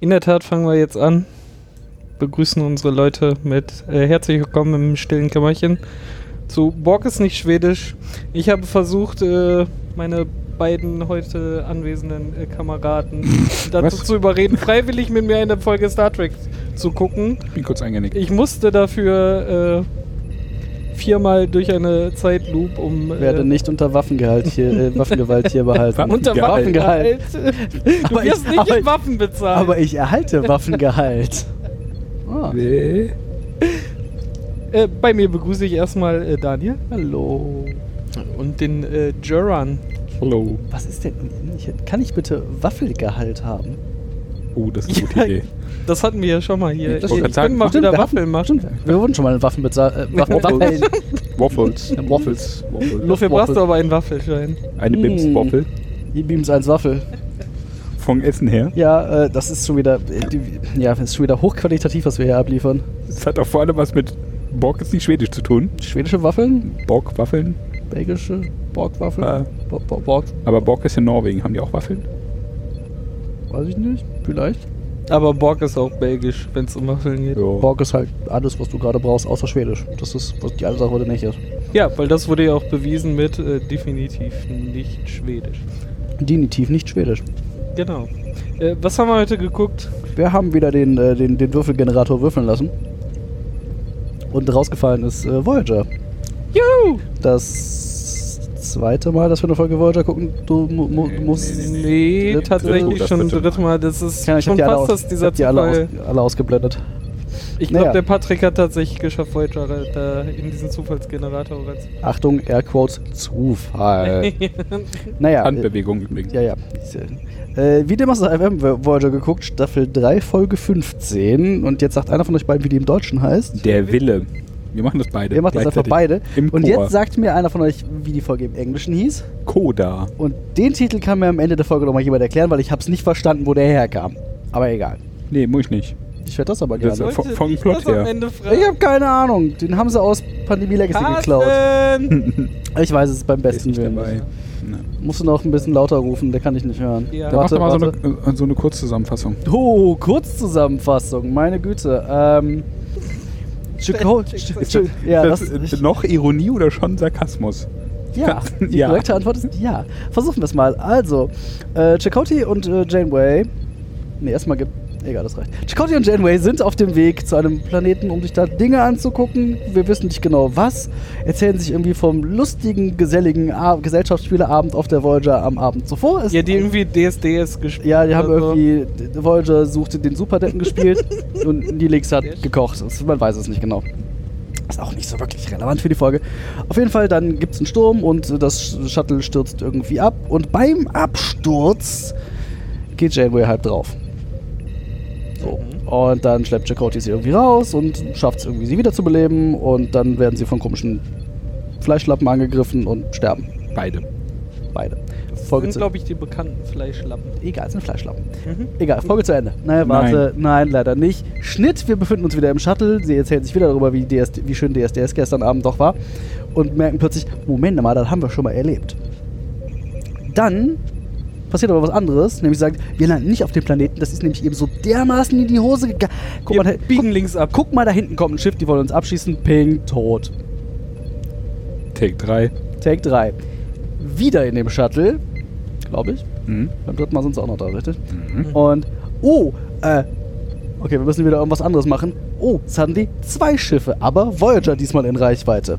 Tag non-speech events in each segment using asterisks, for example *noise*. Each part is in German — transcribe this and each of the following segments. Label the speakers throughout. Speaker 1: In der Tat fangen wir jetzt an. Begrüßen unsere Leute mit äh, herzlich willkommen im stillen Kämmerchen. Zu Borg ist nicht schwedisch. Ich habe versucht, äh, meine beiden heute anwesenden äh,
Speaker 2: *laughs*
Speaker 1: Kameraden dazu
Speaker 3: Was?
Speaker 1: zu überreden, freiwillig mit mir eine Folge Star Trek zu gucken.
Speaker 3: Ich bin kurz eingenickt.
Speaker 1: Ich musste dafür äh, viermal durch eine Zeitloop, um. Äh, *laughs*
Speaker 2: werde nicht unter Waffengehalt hier, äh, Waffengewalt hier behalten.
Speaker 1: Unter Waffengehalt.
Speaker 2: Waffengehalt.
Speaker 1: Du
Speaker 2: Aber
Speaker 1: wirst
Speaker 2: ich-
Speaker 1: nicht
Speaker 2: aber
Speaker 1: in
Speaker 2: ich-
Speaker 1: Waffen bezahlt.
Speaker 2: Aber ich erhalte Waffengehalt. Ah,
Speaker 3: Nee.
Speaker 1: Äh, bei mir begrüße ich erstmal äh, Daniel
Speaker 2: hallo.
Speaker 1: und den äh, Juran.
Speaker 3: Hello.
Speaker 2: Was ist denn? Ich, kann ich bitte Waffelgehalt haben?
Speaker 3: Oh, das ist eine gute
Speaker 1: Ja,
Speaker 3: Idee.
Speaker 1: Das hatten wir ja schon mal hier.
Speaker 2: Ja,
Speaker 1: ich
Speaker 2: das
Speaker 3: wollte
Speaker 1: ich
Speaker 3: ich sagen.
Speaker 1: mal
Speaker 2: Stimmt,
Speaker 1: wieder
Speaker 2: wir hatten-
Speaker 1: Waffeln machen.
Speaker 2: Stimmt, wir wurden schon mal in Waffen bezahlt. Äh,
Speaker 1: *laughs*
Speaker 2: Waffen,
Speaker 3: Waffels.
Speaker 2: Waffen, *laughs*
Speaker 3: Waffles.
Speaker 2: Waffles.
Speaker 3: Waffles.
Speaker 1: Dafür brauchst du
Speaker 2: Waffel.
Speaker 1: aber einen Waffelschein.
Speaker 3: Eine
Speaker 2: Mm.
Speaker 3: Bims-Waffel.
Speaker 2: die Beams 1 Waffel.
Speaker 3: Von Essen her.
Speaker 2: Ja, äh, das ist schon wieder, äh, die, ja, das ist schon wieder hochqualitativ, was wir hier abliefern.
Speaker 3: Das hat auch vor allem was mit Borg ist nicht schwedisch zu tun.
Speaker 2: Schwedische Waffeln,
Speaker 3: Borg Waffeln.
Speaker 2: belgische
Speaker 3: Ah.
Speaker 2: Borgwaffeln, Bo- Bo- Borg,
Speaker 3: Aber Borg ist in Norwegen. Haben die auch Waffeln?
Speaker 2: weiß ich nicht, vielleicht.
Speaker 1: Aber Borg ist auch belgisch, wenn es um Waffeln geht.
Speaker 3: Ja.
Speaker 2: Borg ist halt alles, was du gerade brauchst, außer Schwedisch. Das ist, was die eine Sache heute nicht ist.
Speaker 1: Ja, weil das wurde ja auch bewiesen mit äh, definitiv nicht schwedisch.
Speaker 2: Dinitiv, nicht Schwedisch.
Speaker 1: Genau. Äh, was haben wir heute geguckt?
Speaker 2: Wir haben wieder den, äh, den, den Würfelgenerator würfeln lassen. Und rausgefallen ist äh, Voyager.
Speaker 1: Juhu!
Speaker 2: Das zweite Mal, dass wir eine Folge Voyager gucken, du mu mu
Speaker 3: Nee,
Speaker 2: musst.
Speaker 1: Nee,
Speaker 2: Dritte-
Speaker 1: tatsächlich
Speaker 3: das
Speaker 1: schon
Speaker 3: dritte
Speaker 1: dritte Mal. Das ist
Speaker 2: Keine Ahnung, ich
Speaker 1: schon
Speaker 2: hab die alle,
Speaker 1: fast
Speaker 2: aus,
Speaker 1: das
Speaker 2: ich
Speaker 1: dieser
Speaker 2: hab die alle, aus,
Speaker 1: Zufall.
Speaker 2: alle ausgeblendet.
Speaker 1: Ich glaube,
Speaker 2: Naja.
Speaker 1: der Patrick hat tatsächlich geschafft, Voyager äh, da in diesen Zufallsgenerator rein.
Speaker 2: Achtung, Airquotes,
Speaker 1: *laughs*
Speaker 2: Zufall. naja, äh,
Speaker 3: Handbewegung übrigens.
Speaker 2: ja, ja. Ist, äh, äh, wie dem aus der FM Voyager geguckt, Staffel 3, Folge 15. Und jetzt sagt einer von euch beiden, wie die im Deutschen heißt.
Speaker 3: Der Wille. Wir machen das beide.
Speaker 2: Wir machen das einfach
Speaker 3: gleichzeitig.
Speaker 2: beide.
Speaker 3: Im
Speaker 2: Und
Speaker 3: Chor.
Speaker 2: jetzt sagt mir einer von euch, wie die Folge im Englischen hieß.
Speaker 3: Koda.
Speaker 2: Und den Titel kann mir am Ende der Folge nochmal jemand erklären, weil ich hab's nicht verstanden, wo der herkam. Aber egal.
Speaker 3: Nee, muss ich nicht.
Speaker 2: Ich werd das aber
Speaker 3: Das
Speaker 2: gerne.
Speaker 3: ist- Von- vom Plot her.
Speaker 1: Am Ende
Speaker 2: Ich habe keine Ahnung. Den haben sie aus Pandemie Legacy geklaut.
Speaker 1: Carsten! *laughs*
Speaker 2: Ich weiß es beim
Speaker 3: Der ist
Speaker 2: besten
Speaker 3: nicht
Speaker 2: Willen.
Speaker 3: dabei. Na.
Speaker 2: Musst du noch ein bisschen lauter rufen, der kann ich nicht hören.
Speaker 1: Ja.
Speaker 3: Dann mach doch mal So, eine, äh, so eine Kurzzusammenfassung.
Speaker 2: Oh, Kurzzusammenfassung, meine Güte. Ähm. Chico,
Speaker 3: Ist das,
Speaker 2: ja,
Speaker 3: ist
Speaker 2: das,
Speaker 3: das, äh, noch Ironie oder schon Sarkasmus?
Speaker 2: Ja, die
Speaker 3: Ja.
Speaker 2: korrekte Antwort ist ja. Versuchen wir es mal. Also, äh, Chakotay und äh, Janeway. Ne, erstmal gibt. Egal, das reicht. Chakotay und Janeway sind auf dem Weg zu einem Planeten, um sich da Dinge anzugucken. Wir wissen nicht genau was. Erzählen sich irgendwie vom lustigen, geselligen A Gesellschaftsspieleabend auf der Voyager am Abend zuvor. Es-
Speaker 1: Ja, die irgendwie DSDS gespielt.
Speaker 2: ja, die haben
Speaker 1: oder so.
Speaker 2: irgendwie. d- Voyager suchte den Superdeppen gespielt und Nilix hat gekocht. Das, man weiß es nicht genau. Ist auch nicht so wirklich relevant für die Folge. Auf jeden Fall, dann gibt es einen Sturm und äh, das Sh- Shuttle stürzt irgendwie ab. Und beim Absturz geht Janeway halb drauf. So. Und dann schleppt Chakotay sie irgendwie raus und schafft es irgendwie, sie wiederzubeleben. Und dann werden sie von komischen Fleischlappen angegriffen und sterben.
Speaker 3: Beide.
Speaker 2: Beide.
Speaker 1: Das
Speaker 2: Folge
Speaker 1: sind,
Speaker 2: zu-
Speaker 1: glaube ich, die bekannten Fleischlappen.
Speaker 2: Egal, es sind Fleischlappen.
Speaker 1: Mhm.
Speaker 2: Egal, Folge zu Ende. Naja, warte. Nein. leider nicht. Schnitt, wir befinden uns wieder im Shuttle. Sie erzählen sich wieder darüber, wie, DS, wie schön DSDS gestern Abend doch war. Und merken plötzlich, Moment mal, das haben wir schon mal erlebt. Dann passiert aber was anderes. Nämlich sagt, wir landen nicht auf dem Planeten. Das ist nämlich eben so dermaßen in die Hose gegangen. Guck,
Speaker 1: Wir
Speaker 2: mal, da-
Speaker 1: biegen links ab.
Speaker 2: guck mal, da hinten kommt ein Schiff, die wollen uns abschießen. Ping, tot.
Speaker 3: Take 3.
Speaker 2: Take 3. Wieder in dem Shuttle, glaube ich.
Speaker 3: Mhm.
Speaker 2: Beim dritten Mal sind sie auch noch da, richtig? Und, oh, äh, okay, wir müssen wieder irgendwas anderes machen. Oh, suddenly zwei Schiffe, aber Voyager diesmal in Reichweite.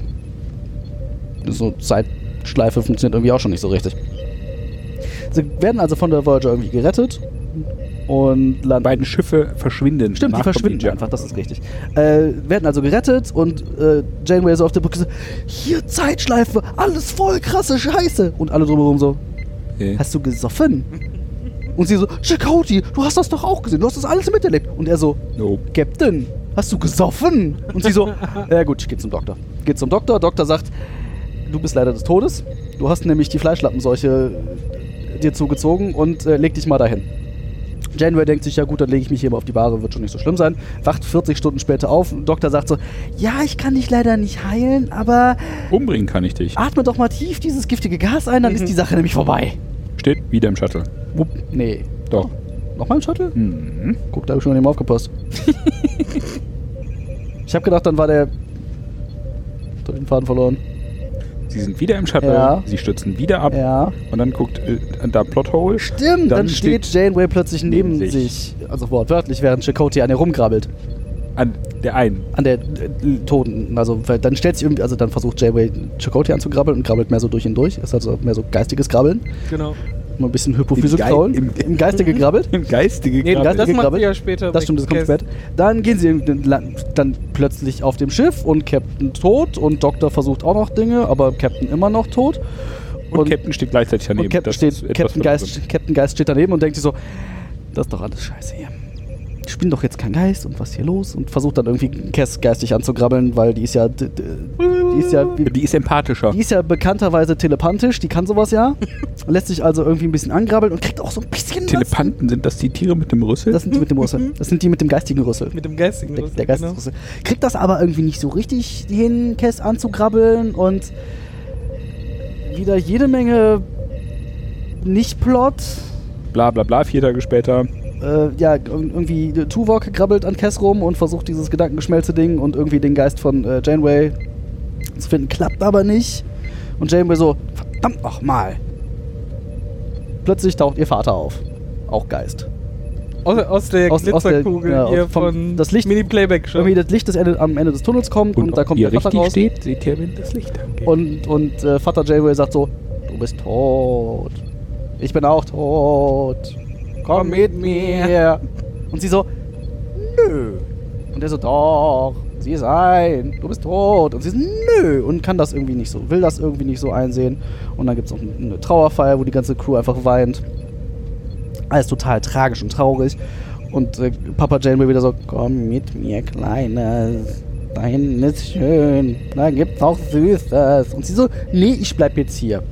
Speaker 2: So Zeitschleife funktioniert irgendwie auch schon nicht so richtig. Sie werden also von der Voyager irgendwie gerettet und landen.
Speaker 3: Beiden Schiffe verschwinden.
Speaker 2: Stimmt, die
Speaker 3: Nach
Speaker 2: verschwinden
Speaker 3: Voyager.
Speaker 2: einfach, das ist richtig. Äh, werden also gerettet und äh, Janeway so auf der Brücke so, hier Zeitschleife, alles voll krasse Scheiße. Und alle drumherum so,
Speaker 3: Okay.
Speaker 2: Hast du gesoffen? Und sie so, Chakoti, du hast das doch auch gesehen, du hast das alles miterlebt. Und er so,
Speaker 3: No.
Speaker 2: Captain, hast du gesoffen? Und sie so, ja gut, ich geh zum Doktor. Geht zum Doktor, Doktor sagt, du bist leider des Todes, du hast nämlich die Fleischlappenseuche äh, dir zugezogen und äh, leg dich mal dahin. Janeway denkt sich, ja gut, dann lege ich mich hier mal auf die Bahre, wird schon nicht so schlimm sein. Wacht 40 Stunden später auf, und Doktor sagt so, ja, ich kann dich leider nicht heilen, aber
Speaker 3: Umbringen kann ich dich.
Speaker 2: atme doch mal tief dieses giftige Gas ein, dann
Speaker 1: Mhm.
Speaker 2: ist die Sache nämlich vorbei.
Speaker 3: Steht wieder im Shuttle.
Speaker 2: Wupp, nee,
Speaker 3: Doch.
Speaker 2: Nochmal ein Shuttle?
Speaker 3: Mhm.
Speaker 2: Guck, da habe ich schon mal nicht
Speaker 3: *laughs*
Speaker 2: mehr aufgepasst. ich habe gedacht, dann war der. Ich hab den Faden verloren.
Speaker 3: Sie sind wieder im Shuttle,
Speaker 2: Ja.
Speaker 3: sie stürzen wieder ab
Speaker 2: Ja.
Speaker 3: und dann guckt äh, da Plothole.
Speaker 2: Stimmt, dann,
Speaker 3: Dann
Speaker 2: steht,
Speaker 3: steht
Speaker 2: Janeway plötzlich neben,
Speaker 3: neben
Speaker 2: sich.
Speaker 3: sich.
Speaker 2: Also wortwörtlich, während Chakotay an ihr rumgrabbelt.
Speaker 3: An der einen. *laughs*
Speaker 2: An der äh, Toten. Also weil dann stellt sich irgendwie, also dann versucht Janeway Chakotay anzugrabbeln und grabbelt mehr so durch ihn durch. Ist also mehr so geistiges Grabbeln.
Speaker 1: Genau.
Speaker 2: Mal ein bisschen Hypophyse
Speaker 3: Im Gei-
Speaker 2: kraulen.
Speaker 3: im- Mhm. *laughs*
Speaker 2: Im Geiste gegrabbelt.
Speaker 3: Im geistige
Speaker 1: Nee, das,
Speaker 2: Grabbel.
Speaker 1: das macht
Speaker 2: Grabbel.
Speaker 1: ihr ja später.
Speaker 2: Das stimmt, das kommt
Speaker 1: Cass.
Speaker 2: spät. Dann gehen sie dann landen- dann plötzlich auf dem Schiff und Captain tot und Doktor versucht auch noch Dinge, aber Captain immer noch tot.
Speaker 3: und, Captain steht gleichzeitig daneben.
Speaker 2: und Captain,
Speaker 3: Das ist
Speaker 2: steht,
Speaker 3: etwas
Speaker 2: Captain,
Speaker 3: verwirrend.
Speaker 2: Geist, Captain Geist steht daneben und denkt sich so, das ist doch alles scheiße hier. Die spielen doch jetzt kein Geist und was ist hier los? Und versucht dann irgendwie Cass geistig anzugrabbeln, weil die ist ja, d- d- die ist ja wie,
Speaker 3: Die ist empathischer.
Speaker 2: die ist ja bekannterweise telepathisch, die kann sowas ja. Lässt sich also irgendwie ein bisschen angrabbeln und kriegt auch so ein bisschen. was-
Speaker 3: Telepanten, sind das die Tiere mit dem Rüssel?
Speaker 2: Das sind die mit dem Rüssel. Das sind die mit dem geistigen Rüssel.
Speaker 1: Mit dem geistigen
Speaker 2: Der,
Speaker 1: Rüssel, genau.
Speaker 2: der Geistesrüssel. Kriegt das aber irgendwie nicht so richtig hin, Cass anzugrabbeln und wieder jede Menge Nicht-Plot.
Speaker 3: Bla bla bla, vier Tage später.
Speaker 2: Äh, ja, ir- irgendwie äh, Tuvok grabbelt an Cass rum und versucht dieses Gedankengeschmelze-Ding und irgendwie den Geist von äh, Janeway zu finden. Klappt aber nicht. Und Janeway so, verdammt nochmal. Plötzlich taucht ihr Vater auf. Auch Geist.
Speaker 1: Genau. Aus, aus der
Speaker 2: Aus- aus der-
Speaker 1: Glitzerkugel
Speaker 2: ja, aus-
Speaker 1: hier
Speaker 2: vom-
Speaker 1: von
Speaker 2: das Licht-
Speaker 1: Mini-Playback schon.
Speaker 2: Irgendwie das Licht des Ende, am Ende des Tunnels kommt und,
Speaker 3: ob
Speaker 2: da kommt
Speaker 3: ihr
Speaker 2: der Vater
Speaker 3: richtig
Speaker 2: raus.
Speaker 3: steht, seht ihr, wenn das Licht angeht.
Speaker 2: Und, und äh, Vater Janeway sagt so, du bist tot. Ich bin auch tot. Komm mit mir. Und sie so, nö. Und er so, doch, sieh es ein, du bist tot. Und sie so, nö. Und kann das irgendwie nicht so, will das irgendwie nicht so einsehen. Und dann gibt es auch eine Trauerfeier, wo die ganze Crew einfach weint. Alles total tragisch und traurig. Und äh, Papa Janeway wieder so, komm mit mir, Kleines. Dahin ist schön. Da gibt's auch Süßes. Und sie so, nee, ich bleib jetzt hier.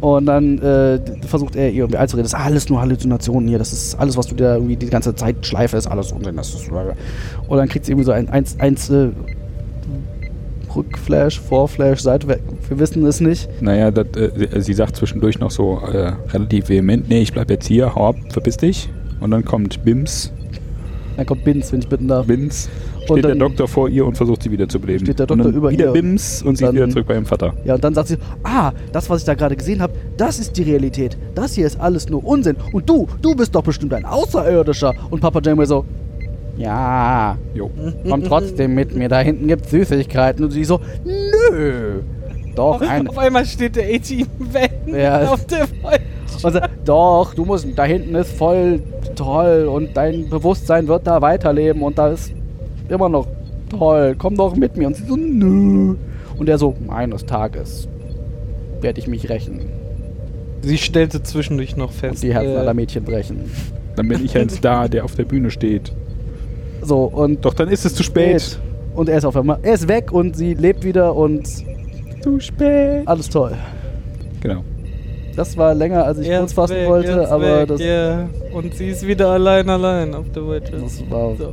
Speaker 2: Und dann äh, versucht er ihr irgendwie einzureden, das ist alles nur Halluzinationen hier, das ist alles, was du dir irgendwie die ganze Zeit schleife, ist alles Unsinn. Das ist äh. und dann kriegt sie irgendwie so ein eins, eins äh, Rückflash, Vorflash, Seitweg, wir wissen es nicht.
Speaker 3: Naja, dat, äh, sie sagt zwischendurch noch so äh, relativ vehement, nee, ich bleib jetzt hier, hau ab, verpiss dich. Und dann kommt Bims,
Speaker 2: Dann kommt Binz, wenn ich bitten darf.
Speaker 3: Bims,
Speaker 2: Und
Speaker 3: steht der
Speaker 2: dann-
Speaker 3: Doktor vor ihr und versucht sie wieder zu beleben.
Speaker 2: Steht der
Speaker 3: und
Speaker 2: Doktor
Speaker 3: dann
Speaker 2: über
Speaker 3: wieder
Speaker 2: ihr.
Speaker 3: Bims und sie
Speaker 2: Dann-
Speaker 3: ist wieder zurück bei ihrem Vater.
Speaker 2: Ja, und dann sagt sie, ah, das, was ich da gerade gesehen habe, das ist die Realität. Das hier ist alles nur Unsinn. Und du, du bist doch bestimmt ein Außerirdischer. Und Papa Janeway so, ja,
Speaker 3: Jo.
Speaker 2: komm trotzdem mit mir, da hinten gibt's Süßigkeiten. Und sie so, nö, doch,
Speaker 1: *laughs* auf,
Speaker 2: ein,
Speaker 1: auf einmal steht der A-Team-Van
Speaker 2: *laughs* Ja.
Speaker 1: *laughs* auf der Wolke.
Speaker 2: Und so, doch, du musst, da hinten ist voll toll und dein Bewusstsein wird da weiterleben und da ist immer noch toll, komm doch mit mir. Und sie so, nö. Und er so, eines Tages werde ich mich rächen
Speaker 1: Sie stellte zwischendurch noch
Speaker 2: und
Speaker 1: fest.
Speaker 2: die Herzen
Speaker 1: äh,
Speaker 2: aller Mädchen brechen.
Speaker 3: Dann bin ich ein
Speaker 2: *laughs*
Speaker 3: Star, der auf der Bühne steht.
Speaker 2: So, und
Speaker 3: Doch dann ist es zu spät.
Speaker 2: Und er ist auf einmal, er ist weg und sie lebt wieder und
Speaker 3: Zu spät.
Speaker 2: alles toll.
Speaker 3: Genau.
Speaker 2: Das war länger, als ich
Speaker 1: er
Speaker 2: kurz
Speaker 1: ist
Speaker 2: fassen
Speaker 1: weg, er
Speaker 2: wollte,
Speaker 1: ist
Speaker 2: aber
Speaker 1: weg,
Speaker 2: das,
Speaker 1: ja. Und sie ist wieder allein, allein auf der Wolke.
Speaker 2: das war.
Speaker 1: So.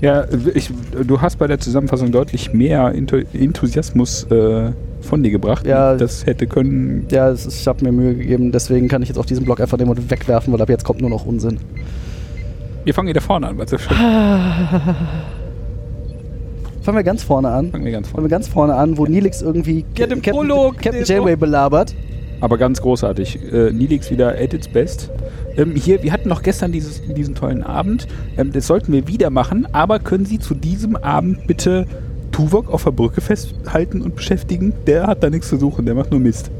Speaker 3: Ja, ich, du hast bei der Zusammenfassung deutlich mehr Enthu- Enthusiasmus äh, von dir gebracht.
Speaker 2: Ja.
Speaker 3: Das hätte können.
Speaker 2: Ja, es ist, ich habe mir Mühe gegeben, deswegen kann ich jetzt auch diesen Block einfach nehmen und wegwerfen, weil ab jetzt kommt nur noch Unsinn.
Speaker 3: Wir fangen hier da vorne an. Also
Speaker 2: Ah.
Speaker 3: fangen
Speaker 2: Fangen wir ganz vorne an.
Speaker 3: wir ganz
Speaker 2: Fangen wir
Speaker 3: vorne an.
Speaker 2: ganz vorne an, wo Neelix irgendwie
Speaker 1: Ja, den
Speaker 2: Captain,
Speaker 1: Prolog,
Speaker 2: Captain
Speaker 1: den-
Speaker 2: Janeway belabert.
Speaker 3: Aber ganz großartig. Äh, Nilix wieder at its best. Ähm, hier, wir hatten noch gestern dieses, diesen tollen Abend. Ähm, das sollten wir wieder machen. Aber können Sie zu diesem Abend bitte Tuvok auf der Brücke festhalten und beschäftigen? Der hat da nichts zu suchen. Der macht nur Mist.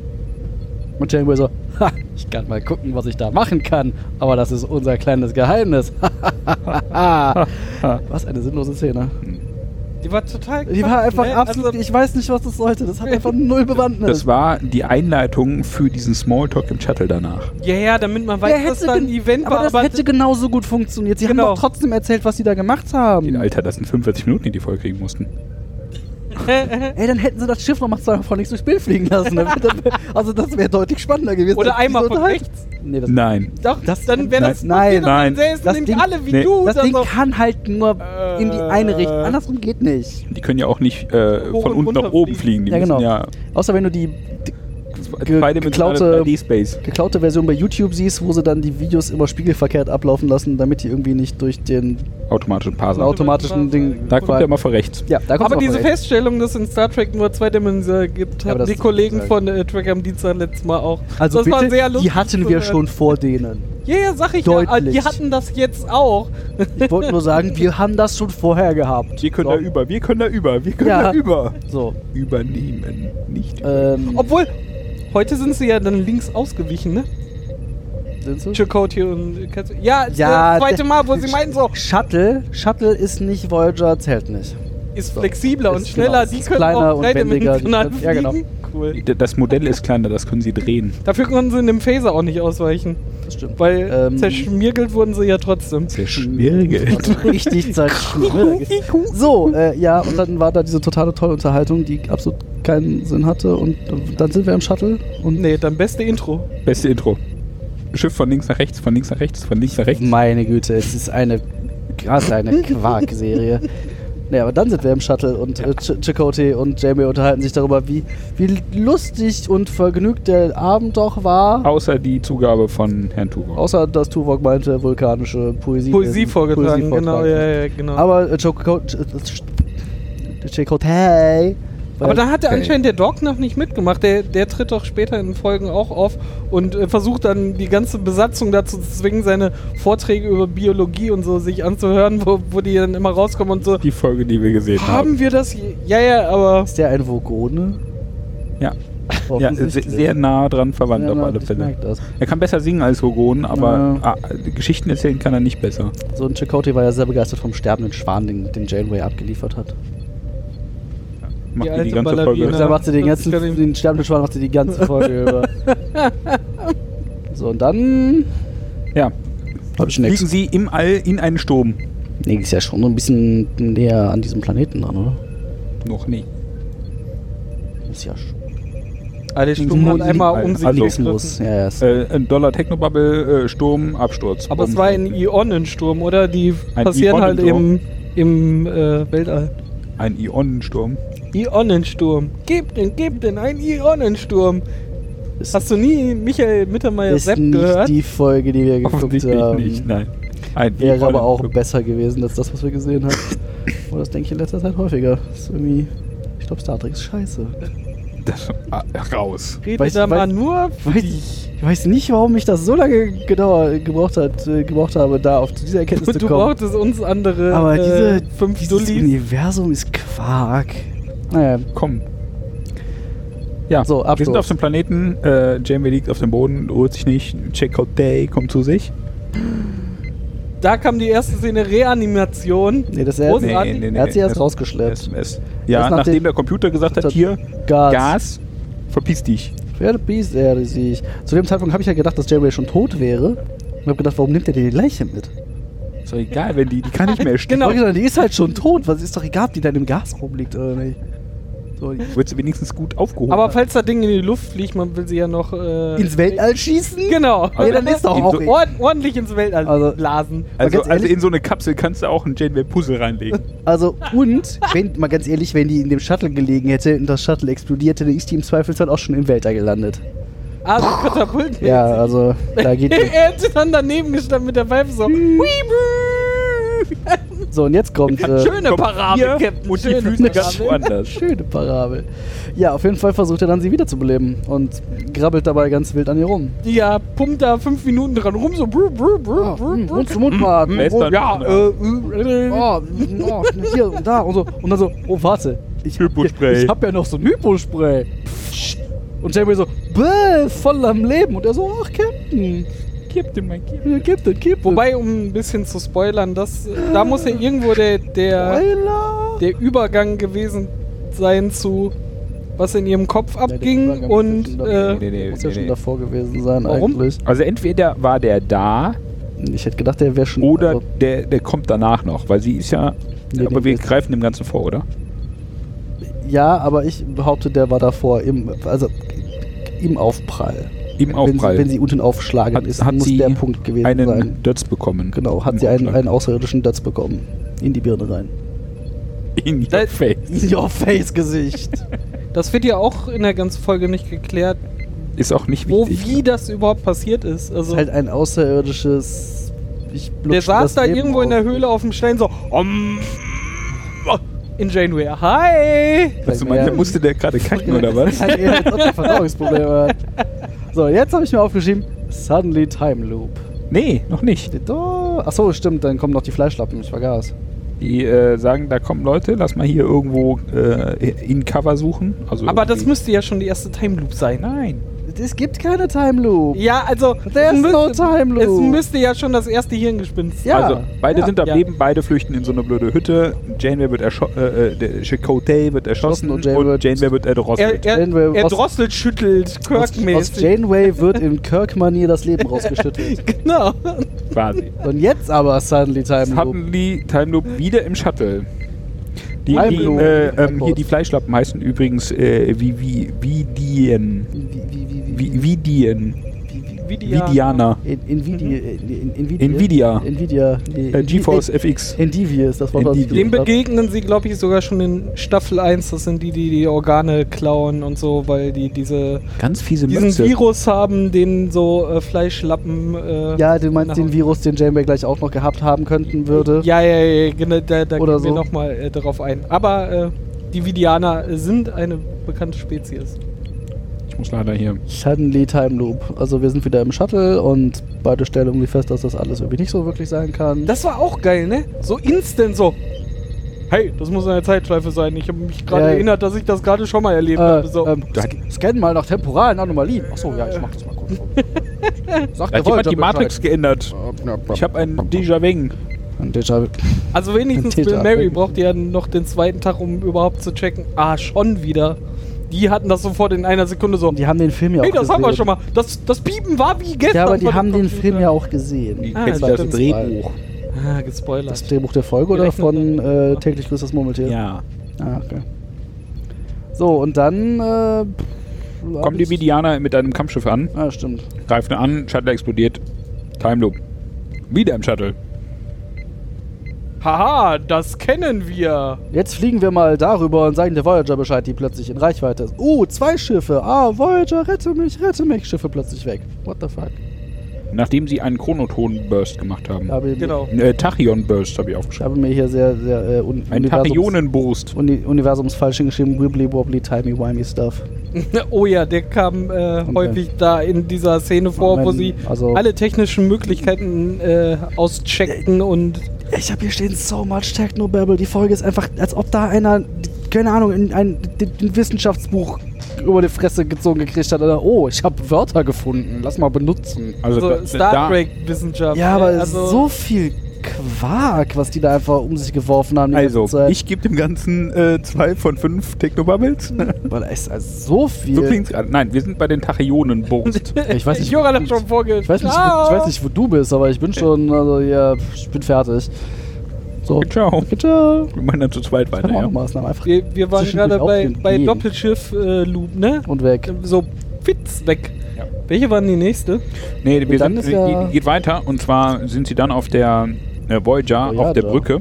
Speaker 2: Und Janeway so, ha, ich kann mal gucken, was ich da machen kann, aber das ist unser
Speaker 1: *laughs*
Speaker 2: kleines Geheimnis. was eine sinnlose Szene.
Speaker 1: Die war total
Speaker 2: Die war
Speaker 1: *laughs* Quatsch,
Speaker 2: einfach
Speaker 1: ne?
Speaker 2: absolut,
Speaker 1: Also,
Speaker 2: ich weiß nicht, was das sollte. Das hat einfach
Speaker 1: *laughs*
Speaker 2: null Bewandtnis.
Speaker 3: Das war die Einleitung für diesen Smalltalk im Shuttle danach.
Speaker 1: ja, ja, damit man weiß, dass da ein
Speaker 2: gen-
Speaker 1: Event
Speaker 2: aber
Speaker 1: war.
Speaker 2: das
Speaker 1: *laughs*
Speaker 2: hätte genauso gut funktioniert. Sie
Speaker 1: Genau.
Speaker 2: haben doch trotzdem erzählt, was sie da gemacht haben.
Speaker 3: Alter, das sind 45 Minuten, die die voll kriegen mussten.
Speaker 2: Ey, dann hätten sie das Schiff noch mal zwei Frauen nicht durchs Bild fliegen lassen. Dann wär- dann wär-
Speaker 1: *laughs*
Speaker 2: also das wäre deutlich spannender gewesen.
Speaker 1: Oder
Speaker 2: als diese
Speaker 1: einmal von
Speaker 2: Unterhaltung.
Speaker 1: rechts.
Speaker 2: Nee, das,
Speaker 3: Nein.
Speaker 1: Doch,
Speaker 2: Das-
Speaker 1: dann wäre das
Speaker 2: Nein,
Speaker 3: nein.
Speaker 1: Das,
Speaker 2: Das
Speaker 1: nämlich
Speaker 2: Ding-
Speaker 1: alle wie
Speaker 3: nee,
Speaker 1: du.
Speaker 2: das
Speaker 1: dann
Speaker 2: Ding
Speaker 1: so-
Speaker 2: kann halt nur in die eine Richtung.
Speaker 1: Äh.
Speaker 2: Andersrum geht nicht.
Speaker 3: Die können ja auch nicht äh,
Speaker 1: Hoch
Speaker 3: von
Speaker 1: und
Speaker 3: unten nach
Speaker 1: runter
Speaker 3: oben
Speaker 1: fliegen.
Speaker 3: fliegen. Die
Speaker 2: Ja,
Speaker 3: müssen
Speaker 2: genau.
Speaker 3: ja
Speaker 2: Außer wenn du die, die ge- geklaute-
Speaker 3: D-Space.
Speaker 2: geklaute Version bei YouTube siehst, wo sie dann die Videos immer spiegelverkehrt ablaufen lassen, damit die irgendwie nicht durch den
Speaker 3: Automatischen
Speaker 2: einen
Speaker 3: Parser.
Speaker 1: Auto-
Speaker 2: automatischen Ding.
Speaker 3: Da kommt
Speaker 2: weil-
Speaker 3: ja mal vor rechts.
Speaker 2: Ja, da kommt
Speaker 1: Aber diese Feststellung, dass es in Star Trek nur zwei Dimensionen gibt,
Speaker 2: Ja, aber
Speaker 1: hatten
Speaker 2: das
Speaker 1: die
Speaker 2: ist
Speaker 1: Kollegen
Speaker 2: sozusagen-
Speaker 1: von äh, Trek am Dienstag letztes Mal auch.
Speaker 2: Also
Speaker 1: das
Speaker 2: bitte,
Speaker 1: war sehr lustig.
Speaker 2: die hatten
Speaker 1: zu
Speaker 2: wir
Speaker 1: hören.
Speaker 2: schon vor denen.
Speaker 1: Ja, ja, sag ich ja. äh,
Speaker 2: Deutlich.
Speaker 1: Die hatten das jetzt auch.
Speaker 2: Ich wollte nur sagen, wir haben das schon vorher gehabt.
Speaker 3: Wir können
Speaker 2: So.
Speaker 3: da über, wir können da über, wir können
Speaker 2: Ja.
Speaker 3: da über.
Speaker 2: So,
Speaker 3: Übernehmen, nicht äh,
Speaker 2: ähm,
Speaker 1: Obwohl, heute sind sie ja dann links ausgewichen, ne?
Speaker 2: sind sie?
Speaker 1: Chakotay und Katsu. Ja, das
Speaker 2: Ja,
Speaker 1: zweite
Speaker 2: der-
Speaker 1: Mal, wo sie meinen so,
Speaker 2: Shuttle, Shuttle ist nicht Voyager, zählt nicht.
Speaker 1: ist flexibler und
Speaker 2: Ist
Speaker 1: schneller,
Speaker 2: genau,
Speaker 1: die
Speaker 2: ist
Speaker 1: können
Speaker 2: kleiner
Speaker 1: auch
Speaker 2: und
Speaker 1: dreidimensional
Speaker 2: wendiger, die
Speaker 1: fliegen.
Speaker 2: können- ja, genau.
Speaker 1: Cool.
Speaker 3: Das Modell ist kleiner, das können sie drehen.
Speaker 1: Dafür konnten sie in dem Phaser auch nicht ausweichen,
Speaker 2: Das stimmt.
Speaker 1: weil
Speaker 2: Ähm,
Speaker 1: zerschmirgelt wurden sie ja trotzdem.
Speaker 3: Zerschmirgelt.
Speaker 1: *laughs*
Speaker 2: Richtig zerschmirgelt. ne? So, äh, ja, und dann war da diese totale tolle Unterhaltung, die absolut keinen Sinn hatte. Und dann sind wir im Shuttle und.
Speaker 1: Nee, dann beste Intro.
Speaker 3: Beste Intro. Schiff von links nach rechts, von links nach rechts, von links nach rechts.
Speaker 2: Meine Güte, es ist eine gerade
Speaker 1: *laughs*
Speaker 2: eine Quark-Serie. Naja, aber dann sind wir im Shuttle und äh, Ch Chakotay und Jamie unterhalten sich darüber, wie, wie lustig und vergnügt der Abend doch war.
Speaker 3: Außer die Zugabe von Herrn Tuvok.
Speaker 2: Außer, dass Tuvok meinte, vulkanische Poesie.
Speaker 1: Poesie vorgetragen, genau,
Speaker 2: vortragen.
Speaker 1: ja, ja, genau.
Speaker 2: Aber äh, Chakotay... Chakotay...
Speaker 1: Aber da hat der
Speaker 3: Okay.
Speaker 1: anscheinend der Dog noch nicht mitgemacht. Der, der tritt doch später in Folgen auch auf und äh, versucht dann die ganze Besatzung dazu zu zwingen, seine Vorträge über Biologie und so sich anzuhören, wo, wo die dann immer rauskommen und so.
Speaker 3: Die Folge, die wir gesehen haben.
Speaker 1: Haben wir das? je- Ja, ja, aber
Speaker 2: Ist der ein Vogone?
Speaker 3: Ja. ja, sehr,
Speaker 2: Offensichtlich.
Speaker 3: sehr nah dran verwandt
Speaker 2: Ja,
Speaker 3: auf
Speaker 2: na,
Speaker 3: alle
Speaker 2: ich
Speaker 3: Fälle.
Speaker 2: merk das.
Speaker 3: Er kann besser singen als Hogon, aber ah, Geschichten erzählen kann er nicht besser.
Speaker 2: So ein Chakotay war ja sehr begeistert vom sterbenden Schwan, den, den Janeway abgeliefert hat.
Speaker 3: Macht die, die
Speaker 1: alte
Speaker 3: ganze
Speaker 1: Ballerina.
Speaker 3: Folge.
Speaker 2: Da macht sie den
Speaker 1: Genau. das
Speaker 2: ganzen,
Speaker 1: kann ich-
Speaker 2: den sterbenden Schwan macht sie die ganze
Speaker 1: *laughs*
Speaker 2: Folge über. So, und dann
Speaker 3: Ja,
Speaker 2: habe ich
Speaker 3: fliegen
Speaker 2: nichts.
Speaker 3: sie im All in einen Sturm.
Speaker 2: Nee, ist ja schon so ein bisschen näher an diesem Planeten dran, oder?
Speaker 3: Noch nie.
Speaker 2: Ist ja schon.
Speaker 1: alle Stumm hat einmal um sich
Speaker 3: Also-
Speaker 1: gegriffen.
Speaker 2: Muss. Ja, ja, ist
Speaker 3: Äh, ein Dollar Technobubble, äh, Sturm, Absturz.
Speaker 1: Aber es
Speaker 3: Bumm.
Speaker 1: war ein Ionensturm, oder? Die
Speaker 3: Um Ein
Speaker 1: passieren halt im,
Speaker 3: Ionensturm.
Speaker 1: im äh, Weltall.
Speaker 3: Ein Ionensturm.
Speaker 1: Ionensturm. Gebt den, gebt den, ein Ionensturm.
Speaker 2: Ist-
Speaker 1: Hast du nie Michael Mittermeier
Speaker 2: ist
Speaker 1: Äh, Sepp
Speaker 2: nicht
Speaker 1: gehört?
Speaker 2: die Folge, die wir geguckt
Speaker 3: Hoffentlich
Speaker 2: haben.
Speaker 3: nicht, nein. Ein
Speaker 2: ähm, Wäre aber auch
Speaker 3: Ionensturm.
Speaker 2: besser gewesen als das, was wir gesehen haben. Und das denke ich in letzter Zeit häufiger. Ist irgendwie. Ich glaube, Star Trek ist scheiße.
Speaker 3: Das, ah, raus.
Speaker 1: Redet
Speaker 2: Weiß-
Speaker 1: da mal
Speaker 2: weiß-
Speaker 1: nur
Speaker 2: Weiß ich, ich weiß nicht, warum ich das so lange gedauert, gebraucht, hat, äh, gebraucht habe, da auf zu dieser Erkenntnis
Speaker 1: Und
Speaker 2: zu
Speaker 1: du
Speaker 2: kommen.
Speaker 1: brauchtest uns andere
Speaker 2: Aber diese,
Speaker 1: äh, fünf
Speaker 2: dieses
Speaker 1: Dullis.
Speaker 2: Universum ist Quark. Naja,
Speaker 3: Komm. Ja,
Speaker 2: So,
Speaker 3: wir
Speaker 2: Absturz.
Speaker 3: sind auf dem Planeten. Äh, Jamie liegt auf dem Boden, ruht sich nicht. Check out Day kommt zu sich.
Speaker 1: Da kam die erste Szene Reanimation.
Speaker 2: nee, das ist
Speaker 1: Großartig.
Speaker 2: Er hat sie erst
Speaker 3: Das-
Speaker 2: rausgeschleppt.
Speaker 3: das- das- Ja,
Speaker 2: Erst nach
Speaker 3: nachdem
Speaker 2: dem-
Speaker 3: der Computer gesagt hat,
Speaker 2: das-
Speaker 3: hier,
Speaker 2: Gas.
Speaker 3: Gas, verpiss dich.
Speaker 2: Verpiss er sich. Zu dem Zeitpunkt habe ich ja gedacht, dass Janeway schon tot wäre. Und habe gedacht, warum nimmt er dir die Leiche mit?
Speaker 3: Ist doch egal, wenn die, die kann nicht mehr stehen.
Speaker 1: Genau.
Speaker 2: *laughs* Genau. Die ist halt schon tot. Was ist doch egal, ob die da in dem Gas rumliegt oder nicht. So,
Speaker 3: Wird sie wenigstens gut aufgehoben.
Speaker 1: Aber falls das Ding in die Luft fliegt, man will sie ja noch. Äh,
Speaker 2: ins Weltall schießen?
Speaker 1: Genau.
Speaker 2: Nee, dann ist doch
Speaker 3: In
Speaker 2: auch
Speaker 3: so-
Speaker 2: egal.
Speaker 1: Ord ordentlich ins Weltall
Speaker 2: Also-
Speaker 1: blasen.
Speaker 3: Also,
Speaker 2: ganz
Speaker 3: also
Speaker 2: ehrlich-
Speaker 3: in so eine Kapsel kannst du auch ein Janeway-Puzzle reinlegen.
Speaker 2: Also, und, wenn, mal ganz ehrlich, wenn die in dem Shuttle gelegen hätte und das Shuttle explodierte, dann ist die im Zweifelsfall auch schon im Weltall gelandet.
Speaker 1: Also Katapult.
Speaker 2: Ja, also, da geht die.
Speaker 1: *laughs* er hätte dann daneben gestanden mit der Pfeife so. Hui,
Speaker 2: So, und jetzt kommt.
Speaker 1: brrr.
Speaker 2: Äh,
Speaker 1: Schöne
Speaker 3: Kommt
Speaker 1: Parabel,
Speaker 3: hier
Speaker 1: Captain.
Speaker 3: Und die
Speaker 1: schöne Hm,
Speaker 3: Füße ganz
Speaker 1: Parabel.
Speaker 3: woanders.
Speaker 2: schöne Parabel. Ja, auf jeden Fall versucht er dann, sie wiederzubeleben und grabbelt dabei ganz wild an ihr rum.
Speaker 1: Die ja pumpt da fünf Minuten dran rum, so. Brr, brr, brr,
Speaker 2: Oh,
Speaker 1: brr, brr.
Speaker 2: Mund zu Mund atmen.
Speaker 3: Lässt Mhm. dann-
Speaker 1: ja,
Speaker 2: Genau.
Speaker 1: äh, äh, äh,
Speaker 2: hm, Oh, oh, hier und da und so. Und dann so, oh, warte. Ich,
Speaker 3: Hypospray.
Speaker 2: Ich hab ja noch so ein Hypospray. Psst. Und Jamie so, bäh, voll am Leben. Und er so, ach,
Speaker 1: äh.
Speaker 2: Captain.
Speaker 3: Captain, mein Captain.
Speaker 2: Captain, Captain.
Speaker 1: Wobei, um ein bisschen zu spoilern, das, äh, da muss ja irgendwo der, der,
Speaker 2: Spoiler.
Speaker 1: äh, der Übergang gewesen sein zu, was in ihrem Kopf
Speaker 2: der
Speaker 1: abging.
Speaker 2: Übergang ist
Speaker 1: und
Speaker 2: schon
Speaker 1: äh,
Speaker 3: Nee, nee,
Speaker 2: Muss ja
Speaker 3: nee,
Speaker 2: schon
Speaker 3: nee.
Speaker 2: davor gewesen sein
Speaker 1: Warum?
Speaker 2: eigentlich.
Speaker 3: Also entweder war der da
Speaker 2: Ich hätte gedacht, der wäre schon...
Speaker 3: oder
Speaker 2: also,
Speaker 3: der, der kommt danach noch, weil sie ist ja.
Speaker 2: Nee,
Speaker 3: aber
Speaker 2: nee,
Speaker 3: wir
Speaker 2: nee.
Speaker 3: greifen dem Ganzen vor, oder?
Speaker 2: ja, aber ich behaupte, der war davor im... Also im Aufprall.
Speaker 3: Im
Speaker 2: Wenn
Speaker 3: Aufprall
Speaker 2: sie, wenn sie unten aufschlagen
Speaker 3: Hat-
Speaker 2: ist,
Speaker 3: hat
Speaker 2: muss
Speaker 3: sie
Speaker 2: der Punkt gewesen
Speaker 3: einen
Speaker 2: sein.
Speaker 3: Dötz bekommen.
Speaker 2: Genau, hat
Speaker 3: Im
Speaker 2: sie einen,
Speaker 3: Aufprall.
Speaker 2: einen außerirdischen Dötz bekommen. In die Birne rein.
Speaker 3: in *laughs* your
Speaker 1: Da-
Speaker 3: face.
Speaker 2: *laughs* In your face Gesicht.
Speaker 1: das wird ja auch in der ganzen Folge nicht geklärt,
Speaker 3: Ist auch nicht
Speaker 1: Wo,
Speaker 3: wichtig.
Speaker 1: Oh, wie das überhaupt passiert ist.
Speaker 2: Das
Speaker 1: Also,
Speaker 2: ist halt ein außerirdisches. Ich
Speaker 1: der
Speaker 2: blutsch
Speaker 1: saß
Speaker 2: das
Speaker 1: da
Speaker 2: Leben
Speaker 1: irgendwo in
Speaker 2: aus.
Speaker 1: der Höhle auf dem Stein so.
Speaker 3: Um,
Speaker 1: Om, in Janeway. Hi!
Speaker 3: Also man
Speaker 2: Ja. *laughs*
Speaker 3: musste der gerade kacken oder
Speaker 2: Das *laughs*
Speaker 3: was?
Speaker 2: ist halt eher, als ob
Speaker 1: *laughs*
Speaker 2: der Verdauungsprobleme hat. So, jetzt habe ich mir aufgeschrieben: Suddenly Time Loop.
Speaker 3: Nee, noch nicht.
Speaker 2: Achso, stimmt, dann kommen noch die Fleischlappen, ich vergaß.
Speaker 3: Die äh, sagen, da kommen Leute, lass mal hier irgendwo äh, in Cover suchen. Also
Speaker 1: Aber das
Speaker 3: irgendwie-
Speaker 1: müsste ja schon die erste Time Loop sein.
Speaker 3: Nein.
Speaker 2: Es gibt keine Time Loop.
Speaker 1: Ja, also.
Speaker 2: There's
Speaker 1: es
Speaker 2: no time loop.
Speaker 1: Es müsste ja schon das erste Hirngespinst sein.
Speaker 2: Ja.
Speaker 3: also beide sind am
Speaker 1: ja.
Speaker 3: Leben, beide flüchten in so eine blöde Hütte. Janeway wird erschossen, äh, äh, der Chakotay wird erschossen und
Speaker 2: und Janeway
Speaker 3: Janeway, wird
Speaker 2: wird-
Speaker 1: Er,
Speaker 3: erdrosselt.
Speaker 1: er,
Speaker 2: Janeway
Speaker 1: er
Speaker 2: aus-
Speaker 1: drosselt, schüttelt,
Speaker 2: Aus, aus
Speaker 1: Kirk-mäßig.
Speaker 2: Janeway wird in Kirk-Manier das Leben rausgeschüttelt.
Speaker 1: *laughs* Genau.
Speaker 3: Quasi.
Speaker 2: Und jetzt aber Suddenly Time Loop.
Speaker 3: Suddenly Time Loop wieder im Shuttle. Die,
Speaker 2: Time
Speaker 3: die,
Speaker 2: Loop.
Speaker 3: äh, ähm, hier die Fleischlappen heißen übrigens äh, wie, wie, wie Dien.
Speaker 2: Wie- wie- wie- wie-
Speaker 3: Wie, wie Dien.
Speaker 1: Vidia.
Speaker 3: Vidiana.
Speaker 2: In- Nvidia. in- in- in-
Speaker 3: Nvidia.
Speaker 2: Nvidia. Nee,
Speaker 3: Äh,
Speaker 2: in-
Speaker 3: GeForce
Speaker 2: in-
Speaker 3: FX.
Speaker 2: Endivia ist das Wort, was ich
Speaker 3: Endivia.
Speaker 1: Dem
Speaker 2: gesucht habe.
Speaker 1: begegnen sie, glaube ich, sogar schon in Staffel 1. Das sind die, die die Organe klauen und so, weil die diese,
Speaker 3: Ganz fiese
Speaker 1: diesen
Speaker 3: Mütze.
Speaker 1: Virus haben, den so äh, Fleischlappen. Äh,
Speaker 2: Ja, du meinst
Speaker 1: nach-
Speaker 2: den Virus, den Janeway gleich auch noch gehabt haben könnten würde.
Speaker 1: Ja, ja, ja, genau, da, da
Speaker 2: Oder
Speaker 1: gehen wir
Speaker 2: so.
Speaker 1: nochmal äh, darauf ein. Aber äh, die Vidianer sind eine bekannte Spezies.
Speaker 3: Ich muss leider hier.
Speaker 2: Suddenly Time Loop. Also wir sind wieder im Shuttle und beide stellen irgendwie fest, dass das alles irgendwie nicht so wirklich sein kann.
Speaker 1: Das war auch geil, ne? So instant so. Hey, das muss eine Zeitschleife sein. Ich habe mich gerade
Speaker 2: Ja.
Speaker 1: erinnert, dass ich das gerade schon mal erlebt
Speaker 2: äh,
Speaker 1: habe. also So.
Speaker 2: ähm,
Speaker 3: Da hat-
Speaker 2: sc- scan mal nach temporalen Anomalien. Achso, ja, ich mach das
Speaker 1: *laughs*
Speaker 2: mal kurz. Sagt
Speaker 3: Da hat jemand die Matrix geändert. Ich habe einen Déjà-vu.
Speaker 2: Déjà
Speaker 1: Also wenigstens
Speaker 2: Täter
Speaker 1: Bill Mary
Speaker 2: ablenken.
Speaker 1: braucht ja noch den zweiten Tag, um überhaupt zu checken. Ah, schon wieder. Die hatten das sofort in einer Sekunde so.
Speaker 2: die haben den Film ja auch
Speaker 1: Hey, das
Speaker 2: gesehen.
Speaker 1: haben wir schon mal. Das, das Piepen war wie gestern.
Speaker 2: Ja, aber die
Speaker 1: von dem
Speaker 2: haben den
Speaker 1: Computer.
Speaker 2: Film ja auch gesehen.
Speaker 1: Ah,
Speaker 3: Kennst du
Speaker 1: stimmt. Ah, gespoilert.
Speaker 2: Das Drehbuch der Folge oder
Speaker 1: Gerechnet
Speaker 2: von
Speaker 1: dann.
Speaker 2: äh, täglich grüßt das Murmeltier?
Speaker 3: Ja.
Speaker 2: Ah, okay. So, und dann äh,
Speaker 3: Kommen die Vidianer mit einem Kampfschiff an,
Speaker 2: Ah, stimmt.
Speaker 3: greifen an, Shuttle explodiert. Time Loop. Wieder im Shuttle.
Speaker 1: Haha, das kennen wir.
Speaker 2: Jetzt fliegen wir mal darüber und sagen der Voyager Bescheid, die plötzlich in Reichweite ist. Uh, zwei Schiffe. Ah, Voyager, rette mich, rette mich. Schiffe plötzlich weg. What the fuck?
Speaker 3: Nachdem sie einen Chronoton-Burst gemacht haben.
Speaker 2: Ich habe,
Speaker 1: Genau.
Speaker 3: Äh, Tachyon-Burst habe ich
Speaker 2: ich
Speaker 3: aufgeschrieben.
Speaker 2: habe mir hier sehr, sehr äh, un
Speaker 3: Ein
Speaker 2: Universums,
Speaker 3: Tachyonenburst.
Speaker 2: Uni Universumsfalsch hingeschrieben. Wibbly wobbly, timey wimey stuff.
Speaker 1: *laughs* Oh ja, der kam äh, häufig da in dieser Szene vor, wo
Speaker 2: Wenn-
Speaker 1: sie
Speaker 2: also-
Speaker 1: alle technischen Möglichkeiten äh, auscheckten und
Speaker 2: Ich habe hier stehen so much Technobabble. Die Folge ist einfach, als ob da einer, keine Ahnung, in ein, in ein Wissenschaftsbuch über die Fresse gezogen gekriegt hat. Oder, oh, ich habe Wörter gefunden. Lass mal benutzen.
Speaker 3: Also,
Speaker 2: Also
Speaker 1: so
Speaker 3: da- da-
Speaker 1: Star Trek-Wissenschaft.
Speaker 2: Ja, aber
Speaker 1: äh,
Speaker 2: es
Speaker 1: *laughs*
Speaker 2: ist so viel Quark, was die da einfach um sich geworfen haben. die
Speaker 3: Also,
Speaker 2: ganze Zeit.
Speaker 3: ich gebe dem Ganzen äh, zwei von fünf Technobubbles.
Speaker 2: Weil es ist also so viel.
Speaker 3: so klingt's gerade. Nein, wir sind bei
Speaker 1: *laughs*
Speaker 3: den Tachyonenburst.
Speaker 2: Ich weiß nicht,
Speaker 1: Joran hat schon vorge.
Speaker 2: ich, weiß nicht, wo,
Speaker 1: Ah!
Speaker 2: ich weiß nicht, wo du bist, aber ich bin schon, also ja, ich bin fertig. So,
Speaker 3: Ciao.
Speaker 2: bitte.
Speaker 3: Wir machen dann zu zweit weiter, ja.
Speaker 2: Maßnahmen einfach.
Speaker 1: Wir, wir waren
Speaker 2: Zwischendurch
Speaker 1: gerade bei,
Speaker 2: aufstehen,
Speaker 1: bei
Speaker 2: gehen.
Speaker 1: Doppelschiff-Loop, ne?
Speaker 2: Und weg.
Speaker 1: So, fitz weg.
Speaker 3: Ja.
Speaker 1: Welche waren die nächste?
Speaker 3: Nee, wir
Speaker 2: dann
Speaker 3: sind,
Speaker 2: ist ja-
Speaker 3: geht- geht weiter. Und zwar sind sie dann auf der äh, Voyager, auf der
Speaker 2: Voyager.
Speaker 3: Brücke.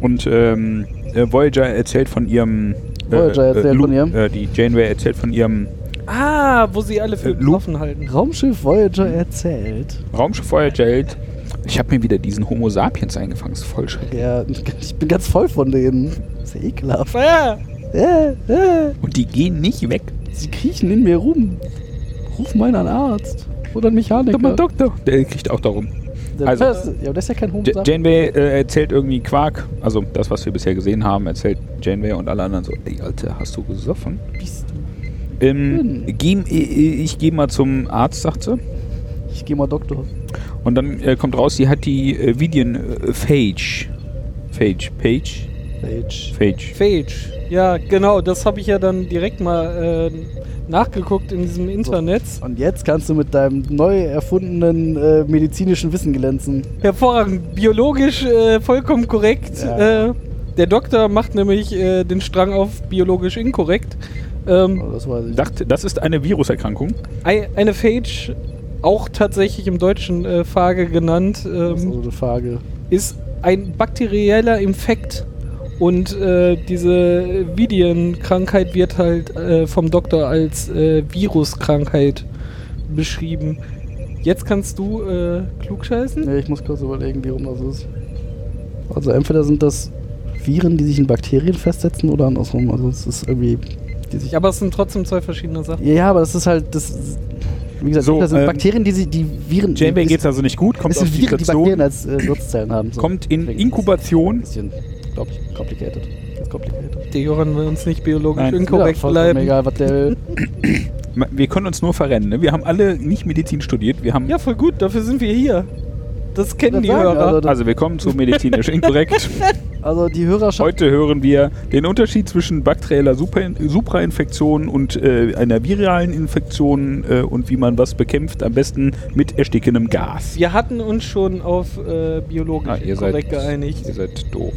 Speaker 3: Und ähm, äh, Voyager erzählt von ihrem.
Speaker 2: Voyager erzählt
Speaker 3: Lu-
Speaker 2: von ihrem-
Speaker 3: Äh, die Janeway erzählt von ihrem
Speaker 1: Ah, wo sie alle für
Speaker 3: Äh, Loop?
Speaker 1: betroffen halten.
Speaker 2: Raumschiff Voyager erzählt.
Speaker 3: Raumschiff Voyager. hält. Ich habe mir wieder diesen Homo sapiens eingefangen. Das ist voll schrecklich.
Speaker 2: Ja, *laughs* ich bin ganz voll von denen. Ist ja ekelhaft.
Speaker 1: Ah,
Speaker 2: Äh, äh,
Speaker 3: Und die gehen nicht weg.
Speaker 2: sie kriechen in mir rum. Ruf mal einen Arzt. Oder einen Mechaniker.
Speaker 3: Doktor, Doktor. Der kriegt auch darum.
Speaker 2: Der
Speaker 3: Also-
Speaker 2: Pers- ja, aber das ist ja kein Homo.
Speaker 3: J Janeway äh, erzählt irgendwie Quark, also das, was wir bisher gesehen haben, erzählt Janeway und alle anderen so, ey, Alter, hast du gesoffen?
Speaker 2: Bist du?
Speaker 3: Ähm, geh, äh, ich gehe mal zum Arzt, sagt sie.
Speaker 2: Ich geh mal Doktor.
Speaker 3: Und dann äh, kommt raus, sie hat die äh, Vidian äh, Phage. Phage, Page,
Speaker 2: Page.
Speaker 3: Phage.
Speaker 1: Phage. Ja, genau, das habe ich ja dann direkt mal äh, nachgeguckt in diesem Internet.
Speaker 2: Und jetzt kannst du mit deinem neu erfundenen äh, medizinischen Wissen glänzen.
Speaker 1: Hervorragend, biologisch äh, vollkommen korrekt.
Speaker 2: Ja.
Speaker 1: Äh, der Doktor macht nämlich äh, den Strang auf biologisch inkorrekt. Ähm,
Speaker 2: Oh, das weiß ich.
Speaker 3: Dachte, das ist eine Viruserkrankung.
Speaker 1: ei- eine Phage, auch tatsächlich im Deutschen äh, Phage genannt,
Speaker 2: Das ist so
Speaker 1: ähm,
Speaker 2: eine Frage.
Speaker 1: ist ein bakterieller Infekt. Und äh, diese Vidian-Krankheit wird halt äh, vom Doktor als äh, Viruskrankheit beschrieben. Jetzt kannst du äh, klugscheißen?
Speaker 2: Nee, ich muss kurz überlegen, wie rum das ist. Also entweder sind das Viren, die sich in Bakterien festsetzen oder andersrum. Also es ist irgendwie, die sich
Speaker 1: Ja, aber es sind trotzdem zwei verschiedene Sachen.
Speaker 2: Ja, aber das ist halt, das ist, wie gesagt,
Speaker 3: So,
Speaker 2: das sind
Speaker 3: ähm,
Speaker 2: Bakterien, die sie, die Viren.
Speaker 3: Janeway
Speaker 2: es-
Speaker 3: geht es also nicht gut, kommt
Speaker 2: es
Speaker 3: auf
Speaker 2: sind
Speaker 3: die
Speaker 2: Viren, die Bakterien
Speaker 3: Station,
Speaker 2: als äh, Wirtszellen haben.
Speaker 1: also
Speaker 2: So.
Speaker 3: kommt in
Speaker 2: Deswegen ist
Speaker 3: Inkubation.
Speaker 2: es ein bisschen, glaub ich, complicated. Ist complicated.
Speaker 1: Der Joran will uns nicht biologisch
Speaker 3: Nein.
Speaker 1: inkorrekt bleiben.
Speaker 2: Egal, was der
Speaker 3: *laughs*
Speaker 2: will.
Speaker 3: Ma- Wir können uns nur verrennen. Ne? Wir haben alle nicht Medizin studiert. Wir haben
Speaker 1: Ja, voll gut, dafür sind wir hier. Das kennen
Speaker 2: Das
Speaker 1: die
Speaker 2: sagen,
Speaker 1: Hörer.
Speaker 2: also-
Speaker 3: also wir kommen zu
Speaker 1: *laughs*
Speaker 3: medizinisch inkorrekt.
Speaker 2: Also die Hörerschaft.
Speaker 3: Heute hören wir den Unterschied zwischen bakterieller Super- Suprainfektion und äh, einer viralen Infektion äh, und wie man was bekämpft, am besten mit erstickendem Gas.
Speaker 1: Wir hatten uns schon auf äh, biologisch
Speaker 3: Ah, ihr seid-
Speaker 1: korrekt
Speaker 3: Ihr
Speaker 1: geeinigt.
Speaker 3: seid doof.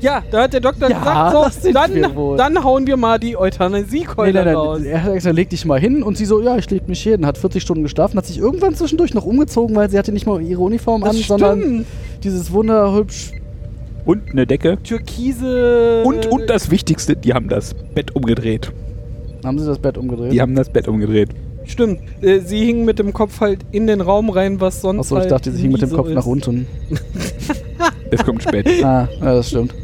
Speaker 1: Ja, da hat der Doktor
Speaker 2: Ja, das
Speaker 1: gesagt, so,
Speaker 2: sind wir
Speaker 1: dann,
Speaker 2: wohl.
Speaker 1: dann hauen wir mal die Euthanasiekeule raus.
Speaker 2: Er hat gesagt, leg dich mal hin und sie so, ja, ich leg mich hin. Hat 40 Stunden geschlafen, hat sich irgendwann zwischendurch noch umgezogen, weil sie hatte nicht mal ihre Uniform
Speaker 1: das
Speaker 2: an,
Speaker 1: stimmt.
Speaker 2: sondern dieses wunderhübsch
Speaker 3: Und eine Decke.
Speaker 1: Türkise.
Speaker 3: Und, und
Speaker 2: äh,
Speaker 3: das Wichtigste, die haben das Bett umgedreht.
Speaker 2: haben sie das Bett umgedreht.
Speaker 3: Die haben das Bett umgedreht.
Speaker 1: Stimmt. Äh, sie hingen mit dem Kopf halt in den Raum rein, was sonst.
Speaker 2: Achso, ich
Speaker 1: halt
Speaker 2: dachte, sie hing
Speaker 1: nie
Speaker 2: mit dem
Speaker 1: so
Speaker 2: Kopf
Speaker 1: ist,
Speaker 2: nach unten.
Speaker 3: Das kommt spät.
Speaker 2: *laughs* Ah, ja, das stimmt.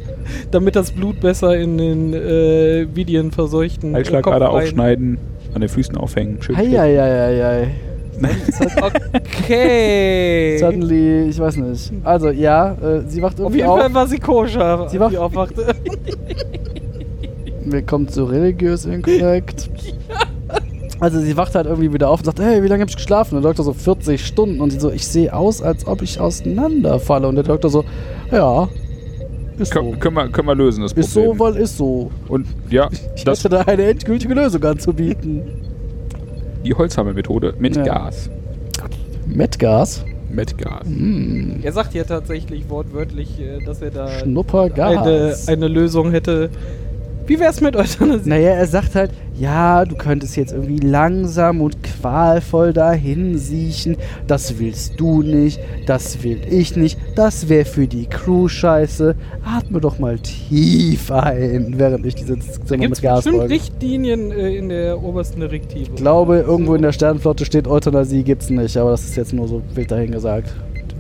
Speaker 1: Damit das Blut besser in den äh, Vidienverseuchten. äh,
Speaker 3: Halsschlagader
Speaker 1: Kopf rein-
Speaker 3: aufschneiden, an den Füßen aufhängen. Schön. spät.
Speaker 2: Eieieiei.
Speaker 1: *laughs* Okay.
Speaker 2: Suddenly, ich weiß nicht. Also, ja, äh, sie wacht
Speaker 1: Auf
Speaker 2: irgendwie
Speaker 1: jeden
Speaker 2: auf.
Speaker 1: Fall war sie koscher,
Speaker 2: *laughs* Sie war-
Speaker 1: die aufwachte.
Speaker 2: Wir kommen zu religiös inkorrekt. Also sie wacht halt irgendwie wieder auf und sagt, hey, wie lange hab ich geschlafen? Und der Doktor so 40 Stunden und sie so, ich sehe aus, als ob ich auseinanderfalle. Und der Doktor so, ja, ist
Speaker 3: Kö-
Speaker 2: so.
Speaker 3: können, wir, können wir lösen, das
Speaker 2: Ist
Speaker 3: Problem.
Speaker 2: so, weil ist so.
Speaker 3: und ja,
Speaker 2: Ich
Speaker 3: das,
Speaker 2: hätte da eine endgültige Lösung anzubieten.
Speaker 3: die Holzhammermethode mit
Speaker 2: Ja.
Speaker 3: Gas.
Speaker 2: Metgas?
Speaker 3: Mit Gas.
Speaker 2: Hm,
Speaker 1: Er sagt ja tatsächlich wortwörtlich, äh, dass er da eine,
Speaker 2: Schnuppergas.
Speaker 1: eine Lösung hätte. Wie wär's mit Euthanasie?
Speaker 2: Naja, er sagt halt, ja, du könntest jetzt irgendwie langsam und qualvoll dahin siechen. Das willst du nicht, das will ich nicht, das wäre für die Crew scheiße. Atme doch mal tief ein, während ich diese
Speaker 1: Da
Speaker 2: Zimmer
Speaker 1: gibt's
Speaker 2: mit Gas
Speaker 1: bestimmt
Speaker 2: folge. Ich
Speaker 1: Richtlinien äh, in der obersten Direktive. Ich
Speaker 2: glaube, irgendwo in der Sternenflotte steht Euthanasie gibt's nicht, aber das ist jetzt nur so wild dahingesagt.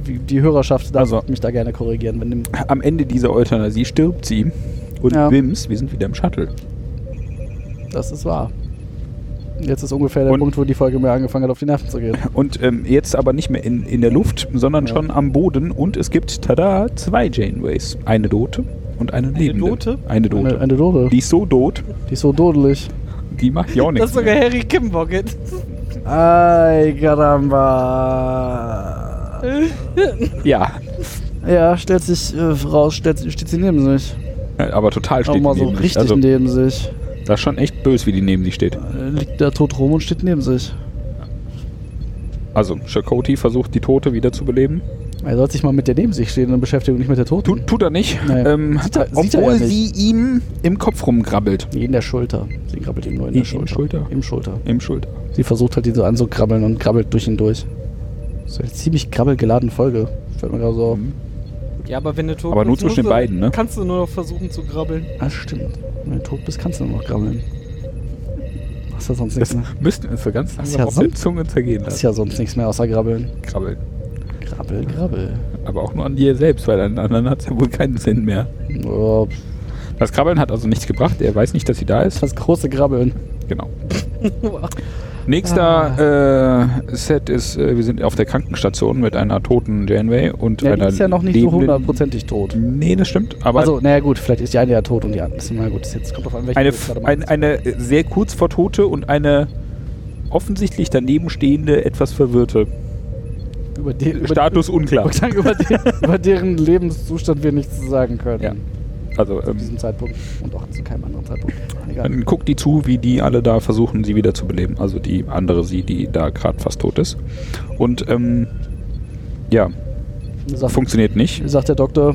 Speaker 2: Die, die Hörerschaft darf
Speaker 3: Also-
Speaker 2: mich da gerne korrigieren, wenn dem
Speaker 3: Am Ende dieser Euthanasie stirbt sie. Und
Speaker 2: Ja.
Speaker 3: Wims, wir sind wieder im Shuttle.
Speaker 2: das ist wahr. Jetzt ist ungefähr der
Speaker 3: Und-
Speaker 2: Punkt, wo die Folge mir angefangen hat, auf die Nerven zu gehen.
Speaker 3: Und ähm, jetzt aber nicht mehr in, in der Luft, sondern
Speaker 2: Ja.
Speaker 3: schon am Boden. Und es gibt, tada, zwei Janeways. Eine Dote und eine lebende.
Speaker 1: Dote?
Speaker 3: Eine Dote.
Speaker 2: Eine, eine Dode.
Speaker 3: Die ist so tot,
Speaker 2: die ist so dodelig.
Speaker 3: die macht
Speaker 2: *laughs*
Speaker 3: ja auch
Speaker 1: Das ist
Speaker 3: nichts.
Speaker 1: sogar
Speaker 3: mehr.
Speaker 1: Harry Kimbocket.
Speaker 2: Ay, caramba.
Speaker 3: Ja,
Speaker 2: Ja, stellt sich äh, raus, stellt, sich- steht sie neben sich.
Speaker 3: aber total
Speaker 2: Auch
Speaker 3: steht
Speaker 2: mal
Speaker 3: die
Speaker 2: so
Speaker 3: neben sich.
Speaker 2: richtig
Speaker 3: Also,
Speaker 2: neben sich.
Speaker 3: das ist schon echt böse, wie die neben sich steht.
Speaker 2: Äh, Liegt da tot rum und steht neben sich.
Speaker 3: Also, Chakoti versucht, die Tote wieder zu beleben.
Speaker 2: Er sollte sich mal mit der neben sich stehen und beschäftigen, nicht mit der Toten.
Speaker 3: Tut, tut er nicht.
Speaker 2: Nee.
Speaker 3: Ähm,
Speaker 2: Sieht er- sieht er
Speaker 3: obwohl
Speaker 2: ja nicht.
Speaker 3: sie ihm im Kopf rumkrabbelt.
Speaker 2: Nee, in der Schulter. Sie krabbelt ihm nur in
Speaker 3: Im
Speaker 2: der Schulter.
Speaker 3: Schulter?
Speaker 2: Im Schulter.
Speaker 3: Im Schulter.
Speaker 2: Sie versucht halt, ihn so anzukrabbeln und krabbelt durch ihn durch. Das ist eine ziemlich krabbelgeladene Folge. Fällt mir gerade so auf.
Speaker 1: Ja, aber wenn du tot
Speaker 3: Aber nur
Speaker 1: bist,
Speaker 3: zwischen
Speaker 1: musst
Speaker 3: den
Speaker 1: du-
Speaker 3: beiden, ne?
Speaker 1: Kannst du nur noch versuchen zu grabbeln.
Speaker 2: Ah, stimmt. Wenn du tot bist, kannst du nur noch krabbeln. Hast ja sonst nichts
Speaker 3: Das
Speaker 2: mehr.
Speaker 3: müssten wir uns so ganz
Speaker 2: Das
Speaker 3: langsam
Speaker 2: ist ja
Speaker 3: auf der
Speaker 2: sonst-
Speaker 3: Zunge zergehen
Speaker 2: Hast
Speaker 3: lassen.
Speaker 2: ja sonst nichts mehr außer krabbeln.
Speaker 3: Krabbeln.
Speaker 2: Grabbel, grabbel.
Speaker 3: Aber auch nur an dir selbst, weil an anderen hat es ja wohl keinen Sinn mehr.
Speaker 2: Oh,
Speaker 3: Das Krabbeln hat also nichts gebracht. Er weiß nicht, dass sie da ist.
Speaker 2: das große Grabbeln. *laughs*
Speaker 3: Genau. Nächster
Speaker 2: Ah.
Speaker 3: äh, Set ist, äh, wir sind auf der Krankenstation mit einer toten Janeway und
Speaker 2: Ja,
Speaker 3: einer
Speaker 2: die ist ja noch nicht so
Speaker 3: lebenden-
Speaker 2: hundertprozentig tot.
Speaker 3: Nee, das stimmt. Aber
Speaker 2: Also, naja gut, vielleicht ist die eine ja tot und die andere ist na gut. das Jetzt kommt drauf an, welche
Speaker 3: eine,
Speaker 2: du jetzt gerade
Speaker 3: ein,
Speaker 2: meinst.
Speaker 3: eine sehr kurz vor Tote und eine offensichtlich daneben stehende, etwas verwirrte.
Speaker 2: über die, über,
Speaker 3: Status unklar.
Speaker 2: *laughs* Über,
Speaker 3: *laughs*
Speaker 2: über, die, über deren Lebenszustand wir nichts sagen können.
Speaker 3: Ja. Also
Speaker 2: Zu
Speaker 3: ähm,
Speaker 2: diesem Zeitpunkt und auch zu keinem anderen Zeitpunkt. Egal.
Speaker 3: dann guckt die zu, wie die alle da versuchen, sie wieder zu beleben. Also die andere sie, die da gerade fast tot ist. Und ähm, ja,
Speaker 2: Sagt,
Speaker 3: funktioniert nicht.
Speaker 2: sagt der Doktor,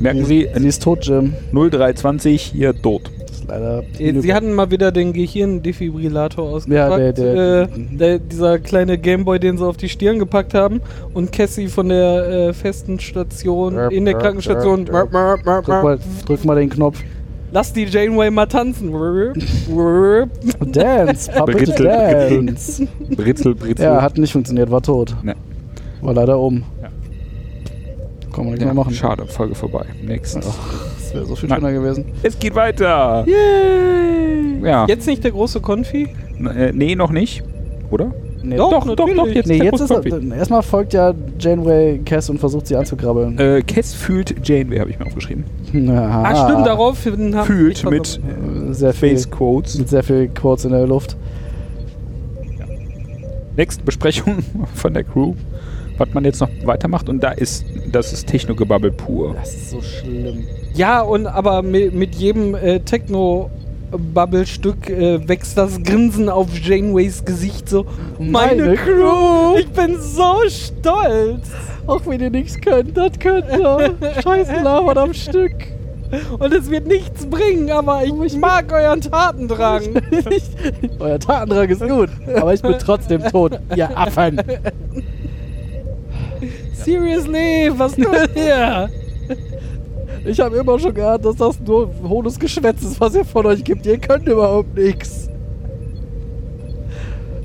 Speaker 3: Merken Sie,
Speaker 2: sie ist tot, Jim.
Speaker 3: 0320 hier tot.
Speaker 2: Das ist leider.
Speaker 1: Äh, Sie hatten mal wieder den Gehirndefibrillator ausgepackt.
Speaker 2: Ja, der- der-
Speaker 1: äh, der, dieser kleine Gameboy, den sie auf die Stirn gepackt haben. Und Cassie von der äh, festen Station in der Krankenstation.
Speaker 2: Drück mal, drück mal den Knopf.
Speaker 1: Lass die Janeway mal tanzen. Wurp.
Speaker 2: *laughs*
Speaker 3: *laughs*
Speaker 2: Dance, Puppet
Speaker 3: Britzel,
Speaker 2: Dance.
Speaker 3: Britzel, Britzel.
Speaker 2: Ja, hat nicht funktioniert, war tot.
Speaker 3: Ne.
Speaker 2: War leider oben.
Speaker 3: Ja.
Speaker 2: Kann man nicht
Speaker 3: Ja,
Speaker 2: mehr machen.
Speaker 3: Schade, Folge vorbei. Next.
Speaker 2: Ach, das wäre so viel
Speaker 3: Nein.
Speaker 2: schöner gewesen.
Speaker 3: Es geht weiter.
Speaker 1: Yay!
Speaker 3: Ja.
Speaker 1: Jetzt nicht der große Konfi?
Speaker 3: N- Äh, nee, noch nicht. Oder?
Speaker 2: Nee,
Speaker 1: Doch,
Speaker 3: doch, doch,
Speaker 1: natürlich.
Speaker 3: jetzt.
Speaker 2: nee,
Speaker 3: der
Speaker 2: jetzt ist er,
Speaker 3: Postkonfi.
Speaker 2: Äh, erstmal folgt ja Janeway Cass und versucht sie anzukrabbeln.
Speaker 3: Äh, Cass fühlt Janeway, habe ich mir aufgeschrieben.
Speaker 1: Ah, stimmt, daraufhin haben
Speaker 3: Fühlt
Speaker 1: ich
Speaker 3: mit
Speaker 2: Sehr viel,
Speaker 3: Face Quotes.
Speaker 2: mit sehr viel Quotes in der Luft.
Speaker 3: Next Besprechung *laughs* von der Crew, was man jetzt noch weitermacht. Und da ist, das ist Technogebabbel pur.
Speaker 2: Das ist so schlimm.
Speaker 1: Ja, und aber mit, mit jedem äh, Techno-Bubble-Stück äh, wächst das Grinsen auf Janeways Gesicht so. Meine,
Speaker 2: Meine
Speaker 1: Crew! Ich bin so stolz!
Speaker 2: Auch wenn ihr nichts könnt, das könnt ihr. Scheiße, labert am Stück.
Speaker 1: Und es wird nichts bringen, aber
Speaker 3: Oh,
Speaker 1: ich, mag euren
Speaker 3: *laughs*
Speaker 1: Tatendrang.
Speaker 2: Euer Tatendrang ist gut, aber ich bin trotzdem tot, ihr Affen.
Speaker 1: Seriously,
Speaker 3: *laughs*
Speaker 1: was tut ihr?
Speaker 2: Ich habe immer schon gehört, dass das nur hohles Geschwätz ist, was ihr von euch gibt. Ihr könnt überhaupt nichts.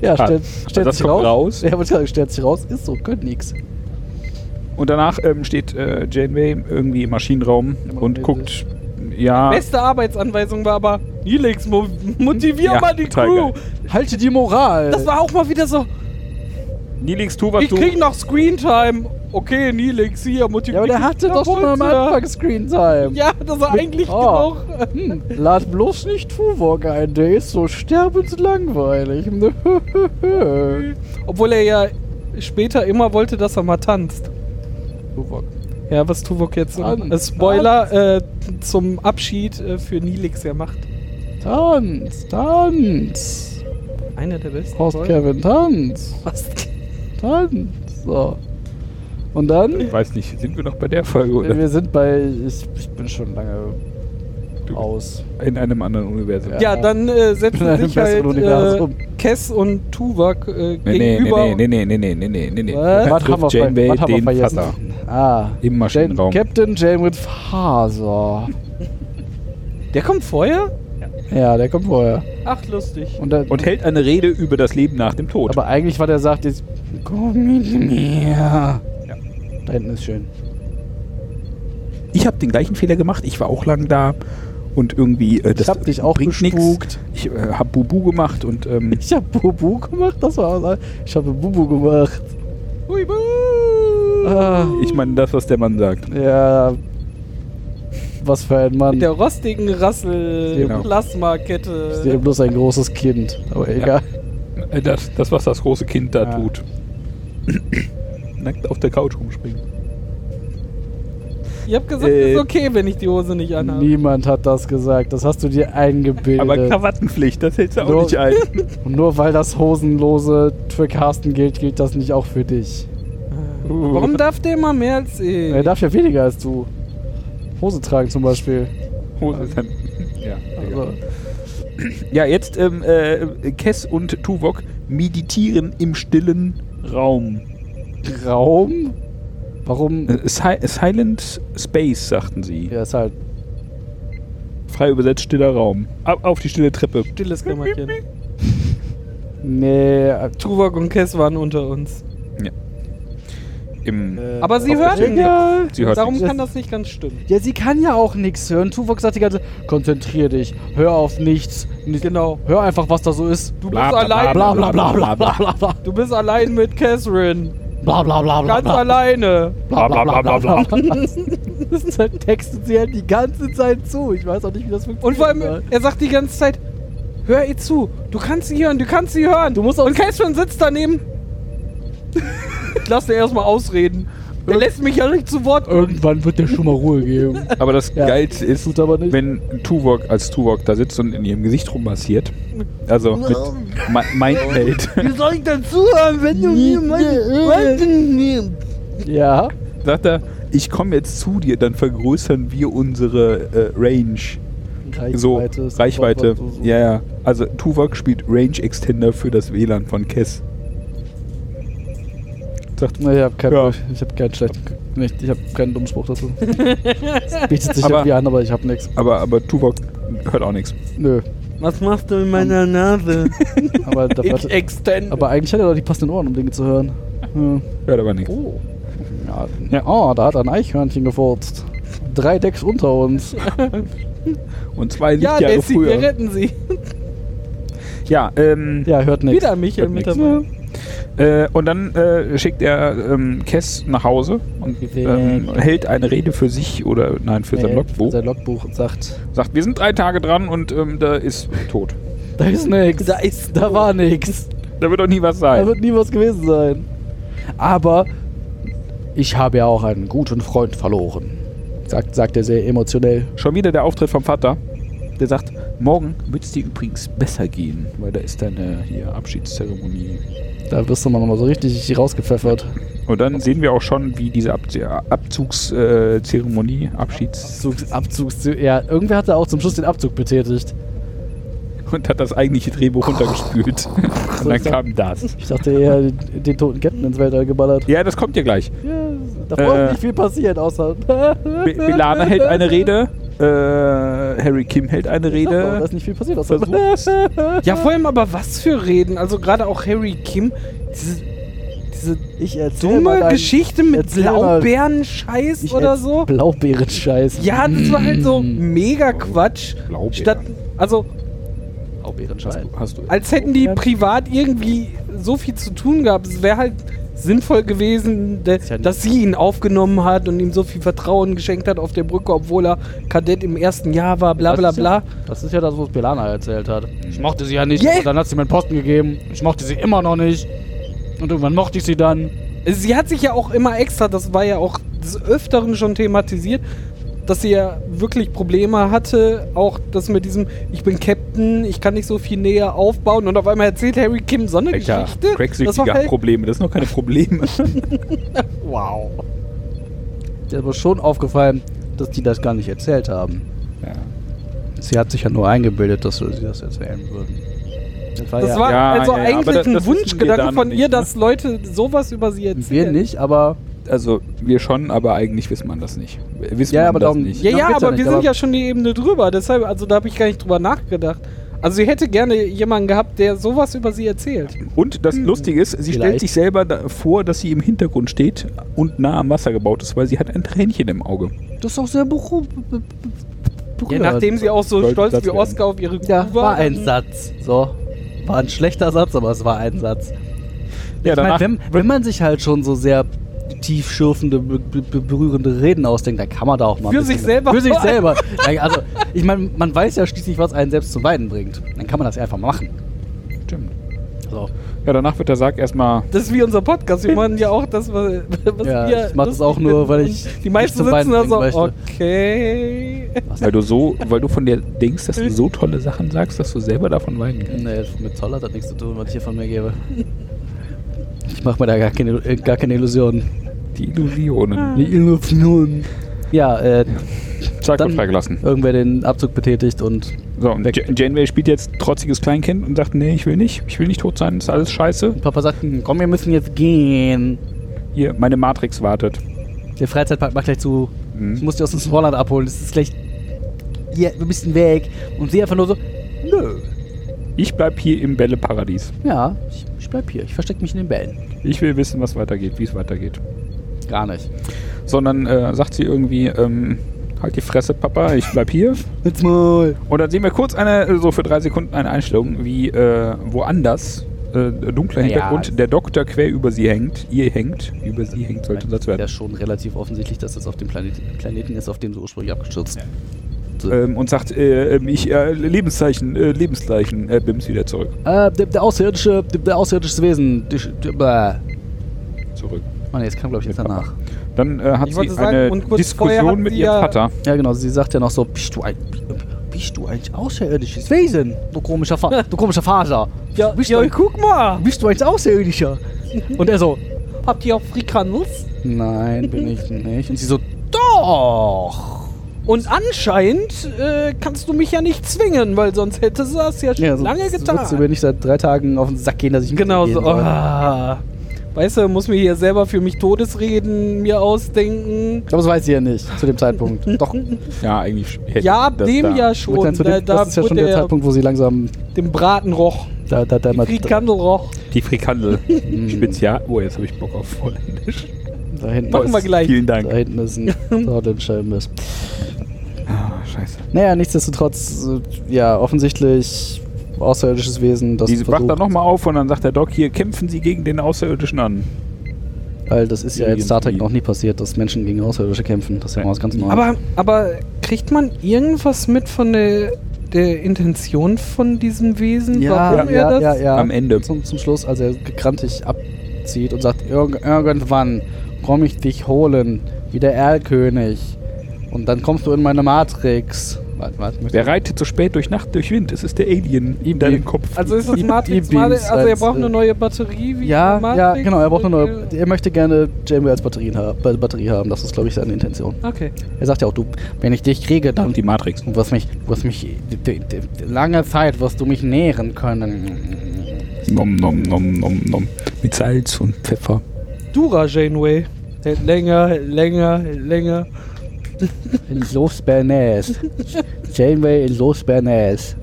Speaker 2: Ja,
Speaker 3: Ah,
Speaker 2: stellt,
Speaker 3: also
Speaker 2: stellt
Speaker 3: das
Speaker 2: sich
Speaker 3: kommt raus.
Speaker 2: raus. Ja, wollte ich sagen, stellt sich raus, ist so, könnt nix.
Speaker 3: Und danach ähm, steht äh, Janeway irgendwie im Maschinenraum und guckt, ja,
Speaker 1: Beste Arbeitsanweisung war aber, Helix, mo motivier
Speaker 3: Ja,
Speaker 1: mal die
Speaker 3: total
Speaker 1: Crew.
Speaker 3: geil.
Speaker 2: Halte die Moral.
Speaker 1: Das war auch mal wieder so,
Speaker 3: Nilix, tu was
Speaker 1: ich
Speaker 3: du...
Speaker 1: krieg noch Screentime. Okay, Helix, hier, motivier
Speaker 2: ja, aber der
Speaker 1: die
Speaker 2: hatte doch schon
Speaker 1: Leute.
Speaker 2: mal am Anfang Screentime.
Speaker 1: Ja, das war eigentlich
Speaker 2: Oh.
Speaker 1: genug.
Speaker 2: Hm, lad bloß nicht Tuvok ein, der ist so sterbenslangweilig. *laughs*
Speaker 1: Obwohl er ja später immer wollte, dass er mal tanzt.
Speaker 2: Tuvok.
Speaker 1: Ja, was Tuvok jetzt
Speaker 2: Tanz,
Speaker 1: äh, Spoiler äh, zum Abschied äh, für Nilix ja macht.
Speaker 2: Tanz, Tanz.
Speaker 1: Einer der besten.
Speaker 2: Horst
Speaker 1: Folgen.
Speaker 2: Kevin, Tanz.
Speaker 1: Horst Ke-
Speaker 2: Tanz. So. Und dann?
Speaker 3: Ich weiß nicht, sind wir noch bei der Folge oder
Speaker 2: Wir sind bei. Ich, ich bin schon lange
Speaker 3: Du-
Speaker 2: aus.
Speaker 3: in einem anderen Universum?
Speaker 1: Ja, dann äh,
Speaker 2: In
Speaker 1: setzen
Speaker 2: einem
Speaker 1: sich
Speaker 2: besseren
Speaker 1: halt äh,
Speaker 2: Universum.
Speaker 1: Kess und Tuvok äh,
Speaker 3: Nee, nee,
Speaker 1: gegenüber.
Speaker 3: nee, nee, nee, nee, nee, nee, nee, nee, nee.
Speaker 2: Was?
Speaker 3: Da
Speaker 2: Was haben wir
Speaker 3: Äh, trifft Janeway
Speaker 2: ver- was haben wir
Speaker 3: den
Speaker 2: vergessen?
Speaker 3: Vater.
Speaker 2: Ah.
Speaker 3: Im Maschinenraum.
Speaker 2: Jane, Captain Janeway Faser.
Speaker 1: Der kommt vorher?
Speaker 2: Ja, der kommt vorher.
Speaker 1: Ach, lustig.
Speaker 2: Und, dann,
Speaker 3: Und hält eine Rede über das Leben nach dem Tod.
Speaker 2: aber eigentlich war der sagt jetzt. Komm mit mir.
Speaker 3: Ja.
Speaker 2: Da hinten ist schön.
Speaker 3: ich habe den gleichen Fehler gemacht. Ich war auch lang da und irgendwie äh, das
Speaker 2: hab dich auch
Speaker 3: bringt
Speaker 2: bespukt.
Speaker 3: nichts. Ich äh, habe Bubu gemacht und ähm,
Speaker 2: Ich hab Bubu gemacht, das war. Ich habe Bubu gemacht.
Speaker 1: Hui, buh.
Speaker 2: Ah,
Speaker 3: ich meine das, was der Mann sagt.
Speaker 2: ja. Was für ein Mann.
Speaker 1: Mit der rostigen
Speaker 3: Genau.
Speaker 1: Rassel-Plasmakette.
Speaker 2: Ich sehe bloß ein großes Kind. Aber egal.
Speaker 3: Äh, Das, das, was das große Kind da
Speaker 2: Ja.
Speaker 3: *coughs* tut. Nackt auf der Couch rumspringen.
Speaker 1: Ihr habt gesagt,
Speaker 3: Äh,
Speaker 1: ist okay, wenn ich die Hose nicht anhabe.
Speaker 2: Niemand hat das gesagt. Das hast du dir eingebildet.
Speaker 3: Aber Krawattenpflicht, das hältst du auch
Speaker 2: Nur-
Speaker 3: nicht *laughs* ein.
Speaker 2: Und nur weil das Hosenlose für Carsten gilt, gilt das nicht auch für dich.
Speaker 1: Warum darf der immer mehr als äh, ich?
Speaker 2: Er darf ja weniger als du. Hose tragen zum Beispiel.
Speaker 3: Hose ist dann. Ja, egal.
Speaker 2: Also,
Speaker 3: ja jetzt ähm, äh, Kess und Tuvok meditieren im stillen Raum.
Speaker 2: Raum? Warum?
Speaker 3: Äh, Si Silent Space, sagten sie.
Speaker 2: Ja, ist halt.
Speaker 3: Frei übersetzt stiller Raum. Ab auf die stille Treppe.
Speaker 1: Stilles Kämmerchen.
Speaker 2: Nee. äh,
Speaker 1: Tuvok und Kess waren unter uns.
Speaker 3: Im
Speaker 1: Aber sie
Speaker 2: äh, auf
Speaker 1: hört
Speaker 2: der-
Speaker 1: ihn
Speaker 2: Egal.
Speaker 3: Sie hört
Speaker 1: Darum
Speaker 3: nichts.
Speaker 1: kann das nicht ganz stimmen.
Speaker 2: Ja, sie kann ja auch nichts hören. Tuvok sagt die ganze Zeit, konzentrier dich, hör auf nichts. Nicht-
Speaker 1: Genau.
Speaker 2: Hör einfach, was da so ist.
Speaker 1: Du
Speaker 3: Bla,
Speaker 1: bist
Speaker 3: bla,
Speaker 1: allein.
Speaker 3: bla, bla,
Speaker 2: bla bla bla bla bla
Speaker 1: Du bist allein mit Catherine.
Speaker 2: bla bla bla bla
Speaker 1: Ganz
Speaker 2: bla.
Speaker 1: alleine.
Speaker 3: bla, bla, bla, bla, bla.
Speaker 2: *laughs* Das ist halt, textet sie halt die ganze Zeit zu. Ich weiß auch nicht, wie das funktioniert. ne?
Speaker 1: Und vor allem,
Speaker 2: soll.
Speaker 1: er sagt die ganze Zeit, hör ihr zu. Du kannst sie hören, du kannst sie hören. Du musst und Catherine sitzt daneben. *laughs* Ich lass dir erstmal ausreden. Er lässt mich ja nicht zu Wort kommen.
Speaker 2: irgendwann wird der schon mal Ruhe geben.
Speaker 3: Aber das
Speaker 2: Ja.
Speaker 3: Geilste ist,
Speaker 2: Tut aber nicht.
Speaker 3: wenn Tuvok als Tuvok da sitzt und in ihrem Gesicht rummassiert. Also mit Ma Mindmeld.
Speaker 2: *laughs*
Speaker 1: Wie soll ich denn zuhören, wenn du mir
Speaker 2: Äh,
Speaker 1: meine Worten nimmst?
Speaker 2: Ja.
Speaker 3: Sagt er, ich komme jetzt zu dir, dann vergrößern wir unsere äh, Range. So,
Speaker 2: ist-
Speaker 3: Reichweite.
Speaker 2: so- so-
Speaker 3: Ja, ja. Also Tuvok spielt Range Extender für das WLAN von Kess. Sagt,
Speaker 2: Nee, ich hab keinen,
Speaker 3: Ja.
Speaker 2: ich hab keinen schlechten, nicht, ich hab keinen dummen Spruch dazu. Es bietet sich
Speaker 3: Aber-
Speaker 2: irgendwie an, aber ich hab nichts.
Speaker 3: aber, aber Tuvok hört auch nichts.
Speaker 2: Nö.
Speaker 1: Was machst du in meiner *laughs* Nase?
Speaker 2: Aber, dafür hatte,
Speaker 3: extend.
Speaker 2: aber eigentlich hat er doch die passenden Ohren, um Dinge zu hören. Ja.
Speaker 3: Hört aber nichts.
Speaker 2: Oh. Ja, ja. Oh, da hat ein Eichhörnchen gefurzt. Drei Decks unter uns.
Speaker 3: Und zwei
Speaker 1: ja,
Speaker 3: Lichtjahre
Speaker 1: Daisy, wir
Speaker 3: früher.
Speaker 1: retten sie.
Speaker 3: Ja, ähm,
Speaker 2: Ja, hört nichts.
Speaker 1: Wieder Michael mit
Speaker 3: nix.
Speaker 1: dabei.
Speaker 3: Äh, und dann äh, schickt er ähm, Cass nach Hause und ähm, hält eine Rede für sich oder nein, für sein Logbuch.
Speaker 2: Sein Logbuch und sagt,
Speaker 3: Sagt, wir sind drei Tage dran und ähm, da ist tot.
Speaker 2: da ist nix. Da,
Speaker 1: ist
Speaker 2: war nix.
Speaker 3: Da wird doch nie was
Speaker 2: Da
Speaker 3: sein.
Speaker 2: wird nie was gewesen sein. Aber ich habe ja auch einen guten Freund verloren. Sagt, sagt er sehr emotionell.
Speaker 3: Schon wieder der Auftritt vom Vater. Der sagt, morgen wird es dir übrigens besser gehen, weil da ist deine hier Abschiedszeremonie.
Speaker 2: Da wirst du mal nochmal so richtig rausgepfeffert.
Speaker 3: Und dann sehen wir auch schon, wie diese Ab Abzugszeremonie, Abschieds...
Speaker 2: Abzugs, Abzugs, ja, irgendwer hat da auch zum Schluss den Abzug betätigt.
Speaker 3: Und hat das eigentliche Drehbuch
Speaker 2: *laughs*
Speaker 3: runtergespült. und dann kam das.
Speaker 2: Ich
Speaker 1: *laughs*
Speaker 2: dachte eher, den, den toten Captain ins Weltall geballert.
Speaker 3: Ja, das kommt ja gleich.
Speaker 2: Ja, da vorne
Speaker 3: Äh.
Speaker 2: nicht viel passiert, außer. *laughs*
Speaker 3: Be Belana hält eine Rede. Äh, Harry Kim hält eine
Speaker 2: Ja, da
Speaker 3: Rede.
Speaker 2: ist nicht viel passiert, außer. *laughs*
Speaker 3: Versuch's.
Speaker 1: Ja, vor allem aber was für Reden. Also gerade auch Harry Kim. Diese, diese
Speaker 2: Ich erzähl mal
Speaker 1: dumme
Speaker 2: deinen-
Speaker 1: Geschichte mit
Speaker 2: erzähl mal.
Speaker 1: Blaubeeren-Scheiß
Speaker 2: ich
Speaker 1: oder
Speaker 2: ess
Speaker 1: so.
Speaker 2: Blaubeeren-Scheiß.
Speaker 1: Ja, das war halt so
Speaker 2: Mm.
Speaker 1: mega Quatsch.
Speaker 3: Blaubeeren.
Speaker 1: Statt, also
Speaker 2: Blaubeeren-Scheiß.
Speaker 3: Hast du.
Speaker 1: als hätten die
Speaker 2: Ja.
Speaker 1: privat irgendwie so viel zu tun gehabt. Es wäre halt sinnvoll gewesen, de,
Speaker 2: ja nicht-
Speaker 1: dass sie ihn aufgenommen hat und ihm so viel Vertrauen geschenkt hat auf der Brücke, obwohl er Kadett im ersten Jahr war, bla bla
Speaker 2: Das ist ja-
Speaker 1: bla.
Speaker 2: Das ist ja das, was Belana erzählt hat. Ich mochte sie ja nicht,
Speaker 1: Yeah.
Speaker 2: aber dann hat sie mir einen Posten gegeben. Ich mochte sie immer noch nicht. Und irgendwann mochte ich sie dann.
Speaker 1: Also Sie hat sich ja auch immer extra, das war ja auch des Öfteren schon thematisiert, dass sie ja wirklich Probleme hatte, auch das mit diesem, ich bin Captain, ich kann nicht so viel näher aufbauen und auf einmal erzählt Harry Kim so eine
Speaker 3: Alter,
Speaker 1: Geschichte. Das war
Speaker 3: Cracksüchtige haben
Speaker 1: halt,
Speaker 3: Probleme. Das sind noch keine
Speaker 2: *laughs*
Speaker 3: Probleme.
Speaker 2: Wow. Dir ist aber schon aufgefallen, dass die das gar nicht erzählt haben.
Speaker 3: ja.
Speaker 2: Sie hat sich ja nur eingebildet, dass sie das erzählen würden. Das war
Speaker 1: das
Speaker 2: ja
Speaker 1: war
Speaker 3: Ja,
Speaker 1: also
Speaker 3: ja, ja, aber
Speaker 1: eigentlich
Speaker 3: das-
Speaker 1: ein
Speaker 3: das wissen wir da
Speaker 1: Wunschgedanke
Speaker 3: noch
Speaker 1: von ihr,
Speaker 3: nicht, ne?
Speaker 1: dass Leute sowas über sie erzählen.
Speaker 2: wir nicht, aber
Speaker 3: Also, wir schon, aber eigentlich wissen man das nicht. Wissen
Speaker 2: Ja,
Speaker 3: man
Speaker 2: aber
Speaker 3: das
Speaker 2: darum-
Speaker 3: nicht.
Speaker 1: Ja,
Speaker 2: Darum
Speaker 1: ja,
Speaker 2: geht's ja
Speaker 1: aber
Speaker 2: nicht,
Speaker 1: wir sind
Speaker 2: aber-
Speaker 1: ja schon die Ebene drüber, deshalb, also da habe ich gar nicht drüber nachgedacht. Also sie hätte gerne jemanden gehabt, der sowas über sie erzählt.
Speaker 3: Und das Lustige ist, sie
Speaker 2: Hm. Vielleicht.
Speaker 3: stellt sich selber da vor, dass sie im Hintergrund steht und nah am Wasser gebaut ist, weil sie hat ein Tränchen im Auge.
Speaker 2: das ist auch sehr berühmt.
Speaker 1: Ja, nachdem sie auch so
Speaker 3: Sollte
Speaker 1: stolz
Speaker 3: Platz
Speaker 1: wie
Speaker 3: werden.
Speaker 1: Oscar auf ihre Kuh
Speaker 2: Ja, war ein
Speaker 1: dann-
Speaker 2: Satz. So. War ein schlechter Satz, aber es war ein Satz.
Speaker 3: Ja,
Speaker 2: Ich mein,
Speaker 3: danach,
Speaker 2: wenn, wenn man sich halt schon so sehr tiefschürfende, be- be- berührende Reden ausdenkt, dann kann man da auch mal. ein
Speaker 1: Für
Speaker 2: bisschen-
Speaker 1: sich selber.
Speaker 2: Für sich selber. Ja, also, ich meine, man weiß ja schließlich, was einen selbst zum Weinen bringt. Dann kann man das ja einfach machen.
Speaker 3: stimmt.
Speaker 2: So.
Speaker 3: Ja, danach wird der Sarg erstmal.
Speaker 1: Das ist wie unser Podcast.
Speaker 2: *laughs*
Speaker 1: Wir machen ja auch das, was, was
Speaker 2: Ja,
Speaker 1: wir.
Speaker 2: ich mach das
Speaker 1: lustig
Speaker 2: auch nur,
Speaker 1: finden.
Speaker 2: weil
Speaker 1: Und
Speaker 2: ich
Speaker 1: Die
Speaker 2: mich
Speaker 1: meisten
Speaker 2: zum
Speaker 1: sitzen
Speaker 2: Weinen
Speaker 1: da so,
Speaker 2: bringen möchte.
Speaker 1: okay.
Speaker 3: Weil du so, weil du von dir denkst, dass du so tolle Sachen sagst, dass du selber davon weinen kannst.
Speaker 2: Nee, mit Zoll hat das nichts zu tun, was ich hier von mir gebe. Ich mache mir da gar keine, äh, gar keine Illusionen.
Speaker 3: Die Illusionen.
Speaker 2: Die Illusionen. Ja, äh,
Speaker 3: Sarg
Speaker 2: Dann-
Speaker 3: wird freigelassen.
Speaker 2: irgendwer den Abzug betätigt und
Speaker 3: So, und Ja- Janeway spielt jetzt trotziges Kleinkind und sagt, nee, ich will nicht, ich will nicht tot sein, ist alles scheiße.
Speaker 2: Papa sagt, "Hm, komm, wir müssen jetzt gehen.
Speaker 3: Hier, meine Matrix wartet.
Speaker 2: Der Freizeitpark macht gleich zu.
Speaker 3: Mhm.
Speaker 2: Ich muss die aus dem Smallland abholen. Das ist gleich. Ja, wir müssen weg. Und sie einfach nur so. Nö.
Speaker 3: Ich bleib hier im Bälleparadies.
Speaker 2: Ja, ich, ich bleib hier. Ich verstecke mich in den Bällen.
Speaker 3: Ich will wissen, was weitergeht, wie es weitergeht.
Speaker 2: Gar nicht.
Speaker 3: sondern äh, sagt sie irgendwie, ähm, halt die Fresse, Papa, ich bleib hier.
Speaker 2: Jetzt mal.
Speaker 3: Und dann sehen wir kurz eine, äh, so für drei Sekunden eine Einstellung, wie äh, woanders, äh, dunkler
Speaker 2: Ja,
Speaker 3: Hintergrund,
Speaker 2: es-
Speaker 3: der Doktor quer über sie hängt, ihr hängt, über sie hängt, sollte ein
Speaker 2: Das
Speaker 3: Satz
Speaker 2: wäre
Speaker 3: werden.
Speaker 2: schon relativ offensichtlich, dass das auf dem Planeten, Planeten ist, auf dem sie ursprünglich abgestürzt.
Speaker 3: Ähm, und sagt, äh, ähm, ich, äh, Lebenszeichen, äh, Lebenszeichen, äh, bims wieder zurück.
Speaker 2: Äh, der, der außerirdische, der, der außerirdische Wesen. Die, sch- die, bäh.
Speaker 3: zurück.
Speaker 2: Mann, jetzt kam, glaube ich, jetzt
Speaker 3: Mit
Speaker 2: danach.
Speaker 3: Dann äh, hat
Speaker 1: Ich
Speaker 3: sie
Speaker 1: wollte sagen,
Speaker 3: eine
Speaker 1: und kurz vorher hat
Speaker 3: Diskussion mit
Speaker 1: sie
Speaker 3: ihrem
Speaker 1: ja-
Speaker 3: Vater.
Speaker 2: Ja, genau. Sie sagt ja noch so: Bist du ein. Bist du ein außerirdisches Wesen? Du komischer, Fa du komischer Vater.
Speaker 1: Ja,
Speaker 2: bist,
Speaker 1: ja
Speaker 2: du ein,
Speaker 1: guck mal.
Speaker 2: bist du ein Außerirdischer? Und er so:
Speaker 1: Habt ihr auch Frikanus?
Speaker 2: Nein, bin *laughs* ich nicht. Und sie so, doch!
Speaker 1: Und anscheinend äh, kannst du mich ja nicht zwingen, weil sonst hätte sie das ja schon lange
Speaker 2: sonst würdest du
Speaker 1: getan.
Speaker 2: mir nicht seit drei Tagen auf den Sack gehen, dass ich
Speaker 1: Genau so.
Speaker 2: Oh.
Speaker 1: Ah. Weißt du, muss mir hier selber für mich Todesreden mir ausdenken.
Speaker 2: Aber das weiß sie ja nicht zu dem *laughs* Zeitpunkt. Doch,
Speaker 3: Ja, eigentlich hätte
Speaker 1: Ja, ab
Speaker 3: das
Speaker 1: dem
Speaker 3: da-
Speaker 1: Jahr
Speaker 2: Mit
Speaker 1: schon.
Speaker 2: kleinen zu
Speaker 1: Da,
Speaker 2: dem,
Speaker 1: da
Speaker 2: das ist ja schon
Speaker 1: wurde
Speaker 2: der
Speaker 1: er
Speaker 2: Zeitpunkt, wo sie langsam
Speaker 1: dem Braten roch.
Speaker 2: da, da, da, mal-
Speaker 1: Frikandel roch. *laughs*
Speaker 3: Die Frikandel. Spezial. Oh, jetzt habe ich Bock auf Holländisch.
Speaker 2: da hinten
Speaker 1: Machen wir
Speaker 2: ist-
Speaker 1: gleich.
Speaker 3: Vielen
Speaker 2: Da
Speaker 3: Dank.
Speaker 2: hinten ist *laughs* ein Tortenscheibenbiss.
Speaker 3: Ah, scheiße.
Speaker 2: Naja, nichtsdestotrotz, äh, ja, offensichtlich außerirdisches Wesen, das
Speaker 3: Diese wacht
Speaker 2: versucht,
Speaker 3: dann nochmal auf und dann sagt der Doc, hier kämpfen Sie gegen den Außerirdischen an.
Speaker 2: weil das ist ja in
Speaker 3: Irgendwie.
Speaker 2: Star Trek noch nie passiert, dass Menschen gegen Außerirdische kämpfen. Das ist ja mal was ganz Neues.
Speaker 1: Aber, aber kriegt man irgendwas mit von der, der Intention von diesem Wesen?
Speaker 2: ja,
Speaker 1: Warum er
Speaker 2: ja,
Speaker 1: das?
Speaker 2: ja, ja.
Speaker 3: Am Ende.
Speaker 2: Zum, zum Schluss, als er gekrantig abzieht und sagt, "Irg- irgendwann komm ich dich holen, wie der Erlkönig. Und dann kommst du in meine Matrix. Warte, warte,
Speaker 3: Wer reitet so spät durch Nacht, durch Wind? Es ist der Alien in deinem Kopf.
Speaker 1: Also ist es
Speaker 2: Die-
Speaker 1: Matrix?
Speaker 2: die Beams
Speaker 1: also er
Speaker 2: als,
Speaker 1: braucht
Speaker 2: äh,
Speaker 1: eine neue Batterie? Wie
Speaker 2: ja,
Speaker 1: in der
Speaker 2: ja,
Speaker 1: Matrix? Äh,
Speaker 2: genau, er braucht eine neue. Er möchte gerne Janeway als Batterien ha Ba- Batterie haben. Das ist, glaube ich, seine Intention.
Speaker 1: Okay.
Speaker 2: Er sagt ja auch, du, wenn ich dich kriege, dann.
Speaker 3: die Matrix.
Speaker 2: Du wirst mich, du wirst mich, d- d- d- lange Zeit wirst du mich nähren können.
Speaker 3: Nom, nom, nom, nom, nom. Mit Salz und Pfeffer.
Speaker 1: Dura Janeway. Hält länger, hält länger, hält länger.
Speaker 2: In Los Bernays. Janeway in Los Bernays.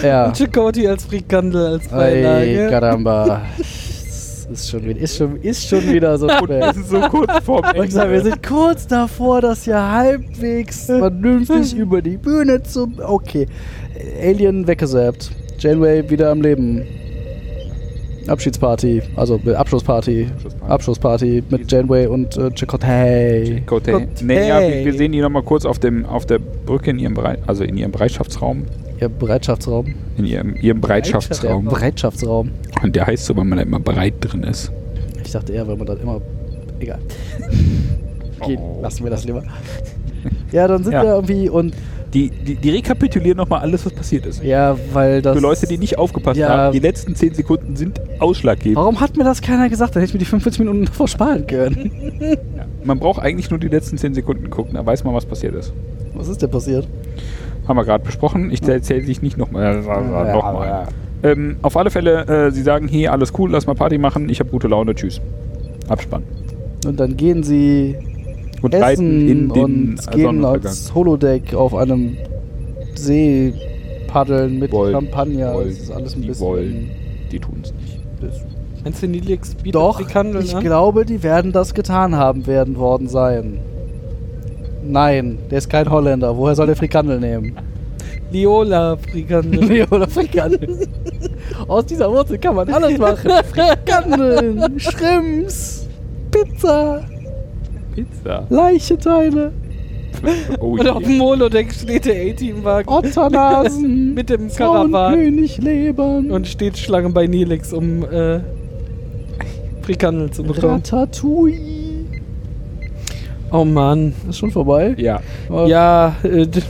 Speaker 2: Ja.
Speaker 1: Und Chakoti als Frikandel, als
Speaker 2: Ey,
Speaker 1: Beilage.
Speaker 2: caramba. Es Ist schon wieder, ist schon, ist schon wieder so
Speaker 3: Das
Speaker 2: spät.
Speaker 3: ist so kurz *laughs* vorm
Speaker 2: Und ich sag, wir
Speaker 3: Ende.
Speaker 2: sind kurz davor, das hier *laughs* halbwegs vernünftig über die Bühne zu. Okay. Alien weggesappt. Janeway wieder am Leben. Abschiedsparty, also äh, Abschlussparty.
Speaker 3: Abschlussparty.
Speaker 2: Abschlussparty mit Janeway und äh, Chakotay. Hey.
Speaker 3: Kote.
Speaker 1: Kote.
Speaker 3: Nee, ja, wir, wir sehen die nochmal kurz auf, dem, auf der Brücke in ihrem, Berei- also in ihrem Bereitschaftsraum.
Speaker 2: Ihr Bereitschaftsraum.
Speaker 3: In ihrem, ihrem
Speaker 2: Der
Speaker 3: Bereitschaftsraum.
Speaker 2: Bereitschaftsraum.
Speaker 3: Und der heißt so, weil man da immer bereit drin ist.
Speaker 2: Ich dachte eher, weil man dann immer. Egal. Okay,
Speaker 3: Oh.
Speaker 2: lassen wir das lieber. *laughs* Ja, dann sind
Speaker 3: Ja.
Speaker 2: wir irgendwie und.
Speaker 3: Die, die, die rekapitulieren nochmal alles, was passiert ist.
Speaker 2: Ja, weil das.
Speaker 3: Für Leute, die nicht aufgepasst
Speaker 2: Ja. Oh.
Speaker 3: haben, die letzten 10 Sekunden sind ausschlaggebend.
Speaker 2: Warum hat mir das keiner gesagt? Dann hätte ich mir die 45 Minuten davor
Speaker 3: *laughs*
Speaker 2: sparen können.
Speaker 3: Man braucht eigentlich nur die letzten 10 Sekunden gucken, da weiß man, was passiert ist.
Speaker 2: Was ist denn passiert?
Speaker 3: Haben wir gerade besprochen. Ich erzähle dich nicht nochmal.
Speaker 2: Ja,
Speaker 3: nochmal. Ähm, auf alle Fälle, äh, sie sagen, hey, alles cool, lass mal Party machen, ich habe gute Laune, tschüss. Abspann.
Speaker 2: Und dann gehen sie
Speaker 3: Und
Speaker 2: essen
Speaker 3: reiten in den
Speaker 2: und
Speaker 3: äh,
Speaker 2: gehen
Speaker 3: Sonnenuntergang.
Speaker 2: als Holodeck auf einem See paddeln mit
Speaker 3: Wollen.
Speaker 2: Champagner.
Speaker 3: Wollen.
Speaker 2: Das ist alles ein
Speaker 3: Die
Speaker 2: bisschen.
Speaker 3: wollen. Die tun es nicht.
Speaker 1: Meinst du, Nilix bietet
Speaker 2: Doch,
Speaker 1: Frikandel ne?
Speaker 2: ich
Speaker 3: ne?
Speaker 1: an?
Speaker 2: glaube, die werden das getan haben, werden worden sein. Nein, der ist kein Holländer. Woher soll der Frikandel nehmen?
Speaker 1: Liola
Speaker 2: *laughs*
Speaker 1: Frikandel.
Speaker 2: Nee, oder Frikandeln. Aus dieser Wurzel kann man alles machen. Frikandeln, Schrimps, Pizza,
Speaker 3: Pizza.
Speaker 2: Leichenteile,
Speaker 3: *laughs* Oh,
Speaker 1: Und auf
Speaker 3: je.
Speaker 1: dem Holodeck steht der A-Team-Wagen.
Speaker 2: Otternasen,
Speaker 1: *laughs* Mit dem Karawan.
Speaker 2: Königlebern
Speaker 1: und steht Schlange bei Nelix, um äh, Frikandel zu bekommen.
Speaker 2: Ratatouille.
Speaker 1: Oh Mann.
Speaker 2: Ist schon vorbei.
Speaker 3: ja.
Speaker 2: Aber
Speaker 1: Ja, äh, d-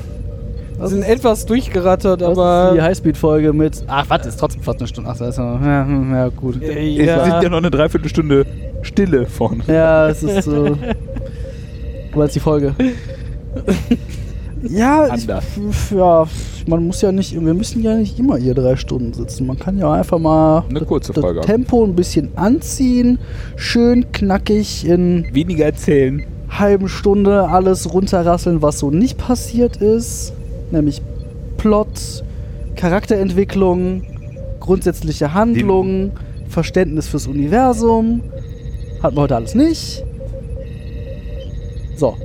Speaker 2: das
Speaker 1: sind
Speaker 2: ist-
Speaker 1: etwas durchgerattert,
Speaker 2: das ist die
Speaker 1: aber.
Speaker 2: Highspeed-Folge mit. Ach, warte, ist trotzdem fast eine Stunde. Ach, das ist ja, hm, ja, ja, gut.
Speaker 1: Äh,
Speaker 3: Es
Speaker 1: ja,
Speaker 3: sind ja noch eine Dreiviertelstunde Stille vorne.
Speaker 2: Ja, es ist so. Du meinst die Folge. Ja, ich,
Speaker 3: Anders.
Speaker 2: f- ja, man muss ja nicht, wir müssen ja nicht immer hier drei Stunden sitzen. Man kann ja einfach mal
Speaker 3: Eine kurze
Speaker 2: das
Speaker 3: Folge.
Speaker 2: Tempo ein bisschen anziehen, schön knackig in
Speaker 3: Weniger erzählen.
Speaker 2: halben Stunde alles runterrasseln, was so nicht passiert ist, nämlich Plot, Charakterentwicklung, grundsätzliche Handlungen, Verständnis fürs Universum. Hatten wir heute alles nicht. So,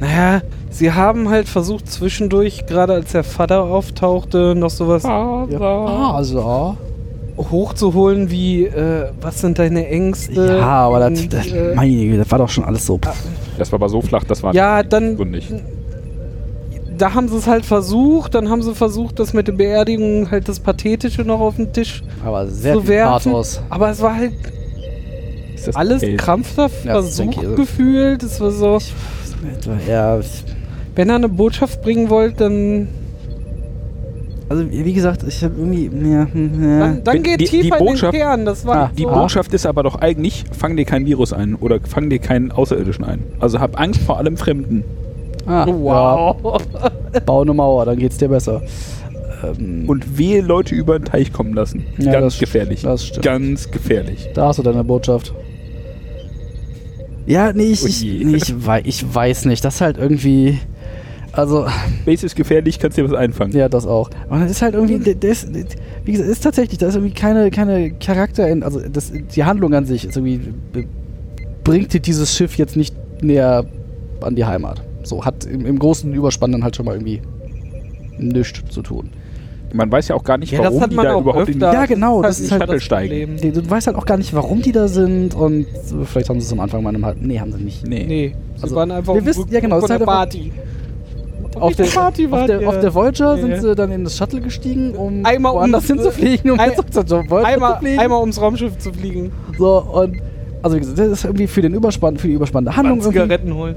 Speaker 1: naja, sie haben halt versucht, zwischendurch, gerade als der Vater auftauchte, noch sowas
Speaker 2: Ah. ja. also.
Speaker 1: hochzuholen wie: äh, Was sind deine Ängste?
Speaker 2: Ja, äh, aber das,
Speaker 1: Und,
Speaker 2: das,
Speaker 1: äh,
Speaker 2: meine Güte, das war doch schon alles so. Pff.
Speaker 3: Das war aber so flach, das war
Speaker 1: Ja, dann-
Speaker 3: gründig.
Speaker 1: da haben sie es halt versucht, dann haben sie versucht, das mit der Beerdigung halt das Pathetische noch auf den Tisch
Speaker 2: Aber sehr
Speaker 1: zu
Speaker 2: viel
Speaker 1: werfen.
Speaker 2: Pathos.
Speaker 1: Aber es war halt
Speaker 3: Ist das
Speaker 1: alles
Speaker 3: okay?
Speaker 1: krampfhaft
Speaker 2: Ja, das denke
Speaker 1: versucht
Speaker 2: ich auch.
Speaker 1: gefühlt. Es war so,
Speaker 2: Ja, also, ich-
Speaker 1: wenn er eine Botschaft bringen wollt, dann,
Speaker 2: also wie gesagt, ich habe irgendwie. Ja, hm, ja.
Speaker 1: dann, dann
Speaker 3: Wenn
Speaker 1: geht
Speaker 3: die- die
Speaker 1: tiefer in den
Speaker 3: Botschaft-
Speaker 1: Kern. Das war
Speaker 2: Ah,
Speaker 3: Die
Speaker 1: so,
Speaker 3: Botschaft ist aber doch eigentlich, fang dir kein Virus ein oder fang dir keinen Außerirdischen ein. Also hab Angst vor allem Fremden.
Speaker 2: Ah,
Speaker 1: wow.
Speaker 2: Ja, bau eine Mauer, dann geht's dir besser. Ähm,
Speaker 3: Und wehe Leute über den Teich kommen lassen.
Speaker 2: Ja,
Speaker 3: Ganz
Speaker 2: das-
Speaker 3: gefährlich.
Speaker 2: das stimmt.
Speaker 3: Ganz gefährlich.
Speaker 2: da hast du deine Botschaft. Ja, nee, ich,
Speaker 3: Oh
Speaker 2: ich,
Speaker 3: je.
Speaker 2: nee, ich, wei ich weiß nicht. Das ist halt irgendwie. Also, *laughs*
Speaker 3: Base ist gefährlich, kannst dir was einfangen.
Speaker 2: ja, das auch. Aber das ist halt irgendwie. Der, der ist, wie gesagt, ist tatsächlich, da ist irgendwie keine, keine Charakter. In, also, das, die Handlung an sich ist irgendwie. be- bringt dir dieses Schiff jetzt nicht näher an die Heimat. So, hat im, im großen Überspann dann halt schon mal irgendwie nichts zu tun.
Speaker 3: Man weiß ja auch gar nicht,
Speaker 1: Ja, das
Speaker 3: warum
Speaker 1: hat
Speaker 3: die
Speaker 1: man
Speaker 3: da
Speaker 1: auch
Speaker 3: überhaupt in die
Speaker 1: öfter.
Speaker 2: Ja, genau, das
Speaker 1: Hat
Speaker 2: ist halt
Speaker 1: das
Speaker 3: Shuttle-Steigen.
Speaker 1: Problem.
Speaker 2: Du, du weißt halt auch gar nicht, warum die da sind und vielleicht haben sie es am Anfang mal einem halt. Nee, haben sie nicht.
Speaker 3: Nee.
Speaker 1: Nee, sie
Speaker 2: Also,
Speaker 1: waren einfach
Speaker 2: wir
Speaker 1: auf
Speaker 2: wissen-
Speaker 1: dem
Speaker 2: ja, genau,
Speaker 1: Rückflug
Speaker 2: es ist
Speaker 1: von
Speaker 2: halt
Speaker 1: der Party.
Speaker 2: Auf der,
Speaker 1: der Party
Speaker 2: auf,
Speaker 1: waren
Speaker 2: der,
Speaker 1: wir.
Speaker 2: auf der
Speaker 1: Ja,
Speaker 2: Voyager
Speaker 1: ja.
Speaker 2: sind sie dann in das Shuttle gestiegen, um
Speaker 1: Einmal um-
Speaker 2: woanders hinzufliegen, um
Speaker 1: ein-
Speaker 2: jetzt auf der Voyager zu
Speaker 1: einmal,
Speaker 2: fliegen.
Speaker 1: einmal ums Raumschiff zu fliegen,
Speaker 2: So, und also wie gesagt, das ist irgendwie für den Überspann, für die überspannende Handlung
Speaker 1: Handlung
Speaker 2: irgendwie.
Speaker 1: Zigaretten holen.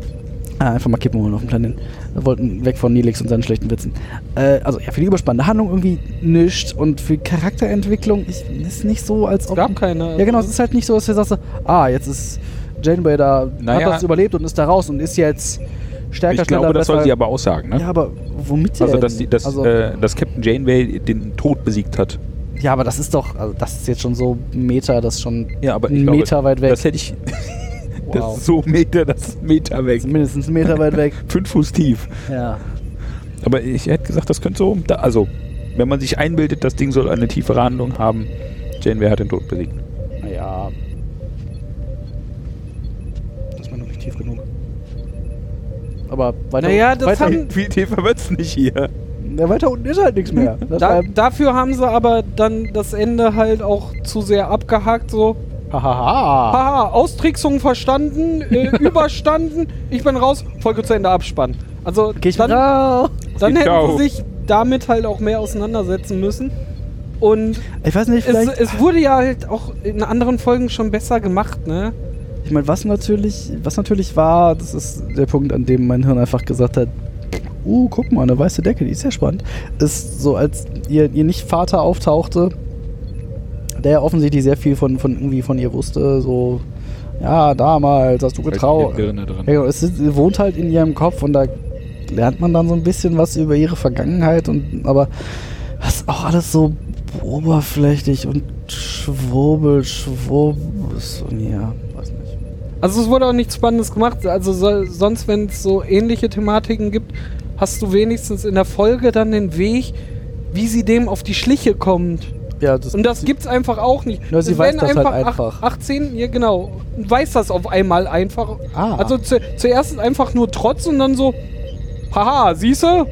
Speaker 2: Ah, einfach mal Kippen holen auf dem Planeten. Wir wollten weg von Nelix und seinen schlechten Witzen. Äh, also ja, für die überspannende Handlung irgendwie nichts und für Charakterentwicklung ich, ist nicht so, als
Speaker 1: Es
Speaker 2: ob.
Speaker 1: gab keine.
Speaker 2: Ja, genau, es ist halt nicht so, dass du sagst, ah, jetzt ist Janeway da,
Speaker 3: Naja.
Speaker 2: hat das überlebt und ist da raus und ist jetzt stärker,
Speaker 3: Ich glaube,
Speaker 2: schneller,
Speaker 3: das soll
Speaker 2: besser.
Speaker 3: sie aber aussagen, ne?
Speaker 2: Ja, aber womit
Speaker 3: Also,
Speaker 2: denn?
Speaker 3: dass, die, dass,
Speaker 2: Also,
Speaker 3: äh, dass Captain Janeway den Tod besiegt hat.
Speaker 2: ja, aber das ist doch, also das ist jetzt schon so Meter, das ist schon
Speaker 3: Ja, aber
Speaker 2: einen Meter weit weg.
Speaker 3: Das hätte ich. *laughs* Das
Speaker 2: Wow.
Speaker 3: ist so Meter, das ist Meter weg.
Speaker 2: mindestens einen Meter weit weg.
Speaker 3: Fünf Fuß tief.
Speaker 2: *laughs* Ja.
Speaker 3: Aber ich hätte gesagt, das könnte so. Da, also, wenn man sich einbildet, das Ding soll eine tiefere Handlung haben, Janeway hat den Tod besiegt.
Speaker 2: Naja. Das ist mir noch nicht tief genug. Aber weiter,
Speaker 1: Naja, das
Speaker 2: weiter,
Speaker 1: haben-
Speaker 3: *laughs* Viel tiefer wird's nicht hier.
Speaker 2: ja, weiter unten ist halt nichts *laughs* mehr. Das
Speaker 1: Da,
Speaker 2: war-
Speaker 1: dafür haben sie aber dann das Ende halt auch zu sehr abgehakt, so.
Speaker 2: Hahaha.
Speaker 1: Haha, Austricksung verstanden,
Speaker 2: *laughs*
Speaker 1: äh, überstanden, ich bin raus, Folge zu Ende abspannen. Also
Speaker 2: Okay, ich
Speaker 1: dann,
Speaker 2: bin da.
Speaker 1: dann hätten
Speaker 3: Ciao.
Speaker 1: sie sich damit halt auch mehr auseinandersetzen müssen. Und
Speaker 2: Ich weiß nicht,
Speaker 1: es,
Speaker 2: vielleicht.
Speaker 1: es wurde ja halt auch in anderen Folgen schon besser gemacht, ne?
Speaker 2: Ich meine, was natürlich, was natürlich war, das ist der Punkt, an dem mein Hirn einfach gesagt hat, uh, guck mal, eine weiße Decke, die ist ja spannend. Ist so, als ihr, ihr Nicht-Vater auftauchte, der ja offensichtlich sehr viel von, von irgendwie von ihr wusste, so, ja, damals hast du getraut. Ja,
Speaker 3: dran.
Speaker 2: genau, es ist, sie wohnt halt in ihrem Kopf und da lernt man dann so ein bisschen was über ihre Vergangenheit und aber das ist auch alles so oberflächlich und schwurbel, schwurbel, so, ja, weiß nicht.
Speaker 1: Also es wurde auch nichts Spannendes gemacht. Also so, sonst, wenn es so ähnliche Thematiken gibt, hast du wenigstens in der Folge dann den Weg, wie sie dem auf die Schliche kommt.
Speaker 2: Ja, das,
Speaker 1: Und das gibt's einfach auch nicht.
Speaker 2: Na, sie
Speaker 1: Es
Speaker 2: weiß
Speaker 1: werden
Speaker 2: das halt
Speaker 1: ach-
Speaker 2: einfach.
Speaker 1: 18, ja genau. Und Weiß das auf einmal einfach.
Speaker 2: Ah.
Speaker 1: Also zu, zuerst ist einfach nur Trotz und dann so, haha, siehste,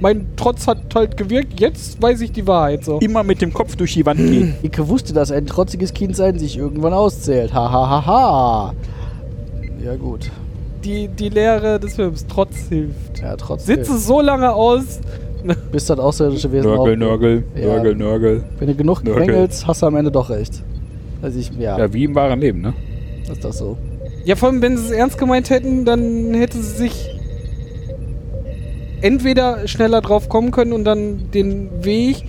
Speaker 1: mein Trotz hat halt gewirkt, jetzt weiß ich die Wahrheit so.
Speaker 3: Immer mit dem Kopf durch die Wand gehen.
Speaker 2: Ich wusste, dass ein trotziges Kind sein sich irgendwann auszählt. Ha ha ha ha. Ja gut.
Speaker 1: Die, die Lehre des Films, Trotz hilft.
Speaker 2: Ja, trotzdem.
Speaker 1: Sitze so lange aus,
Speaker 2: Bis das außerirdische Wesen
Speaker 3: Nörgel,
Speaker 2: auch-
Speaker 3: Nörgel,
Speaker 2: Ja.
Speaker 3: Nörgel, Nörgel.
Speaker 2: Wenn du genug
Speaker 3: Nörgel.
Speaker 2: quengelst, hast du am Ende doch recht. Also ich, ja,
Speaker 3: Ja, wie im wahren Leben, ne?
Speaker 2: ist das so.
Speaker 1: Ja, vor allem, wenn sie es ernst gemeint hätten, dann hätte sie sich entweder schneller drauf kommen können und dann den Weg,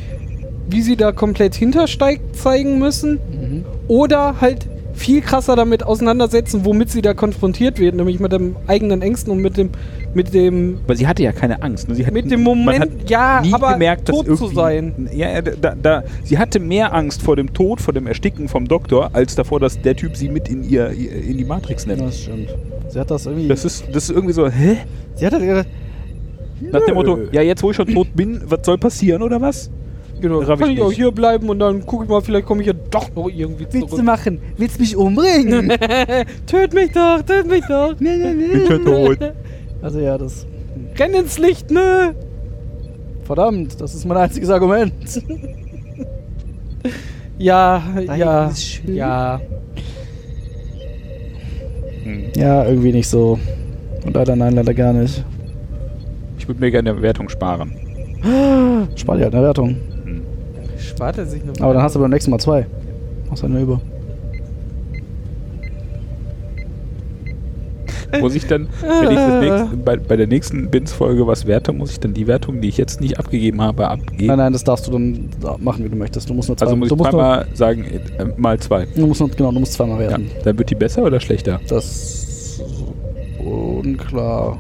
Speaker 1: wie sie da komplett hintersteigt, zeigen müssen,
Speaker 2: Mhm.
Speaker 1: oder halt viel krasser damit auseinandersetzen, womit sie da konfrontiert wird, nämlich mit den eigenen Ängsten und mit dem, mit dem,
Speaker 3: Aber sie hatte ja keine Angst. Ne? Sie hat
Speaker 1: mit dem
Speaker 3: man hat
Speaker 1: Moment, ja,
Speaker 3: nie
Speaker 1: aber
Speaker 3: gemerkt, dass
Speaker 1: tot
Speaker 3: irgendwie,
Speaker 1: zu sein.
Speaker 3: Ja, ja, da, da, sie hatte mehr Angst vor dem Tod, vor dem Ersticken vom Doktor, als davor, dass der Typ sie mit in ihr in die Matrix nimmt.
Speaker 2: Das stimmt. Sie hat das irgendwie.
Speaker 3: Das ist, das ist irgendwie so, hä?
Speaker 2: sie hat halt ihre.
Speaker 3: Nach dem Motto, ja, jetzt wo ich schon tot bin, was soll passieren oder was?
Speaker 1: Genau,
Speaker 3: raff ich
Speaker 1: kann ich auch
Speaker 3: nicht.
Speaker 1: hier bleiben und dann gucke ich mal, vielleicht komme ich ja doch noch irgendwie
Speaker 2: Willst du
Speaker 1: zurück.
Speaker 2: machen? Willst du
Speaker 3: *laughs*
Speaker 2: mich umbringen?
Speaker 1: Töt mich doch, töt mich doch.
Speaker 3: Ich bin tot.
Speaker 2: also ja, das.
Speaker 1: *laughs* Renn ins Licht, ne?
Speaker 2: Verdammt, das ist mein einziges Argument.
Speaker 1: Ja,
Speaker 2: Da hinten
Speaker 1: ja,
Speaker 2: ist schön.
Speaker 1: ja.
Speaker 3: Hm.
Speaker 2: Ja, irgendwie nicht so. Und leider nein, leider gar nicht.
Speaker 3: Ich würde mir gerne eine Wertung sparen.
Speaker 2: Spar dir halt eine Wertung.
Speaker 1: Spart er sich noch.
Speaker 2: Aber dann hast du beim nächsten Mal zwei. Machst halt eine über.
Speaker 3: Muss ich dann, wenn ich das nächste,
Speaker 2: Ah.
Speaker 3: bei, bei der nächsten Bins-Folge was werte, muss ich dann die Wertung, die ich jetzt nicht abgegeben habe, abgeben?
Speaker 2: Nein, nein, das darfst du dann machen, wie du möchtest. Du musst nur zwei,
Speaker 3: Also muss
Speaker 2: du
Speaker 3: ich
Speaker 2: musst nur,
Speaker 3: zweimal sagen, äh, mal zwei.
Speaker 2: du musst nur, genau, du musst zweimal
Speaker 3: Ja.
Speaker 2: werten.
Speaker 3: Dann wird die besser oder schlechter?
Speaker 2: Das ist unklar.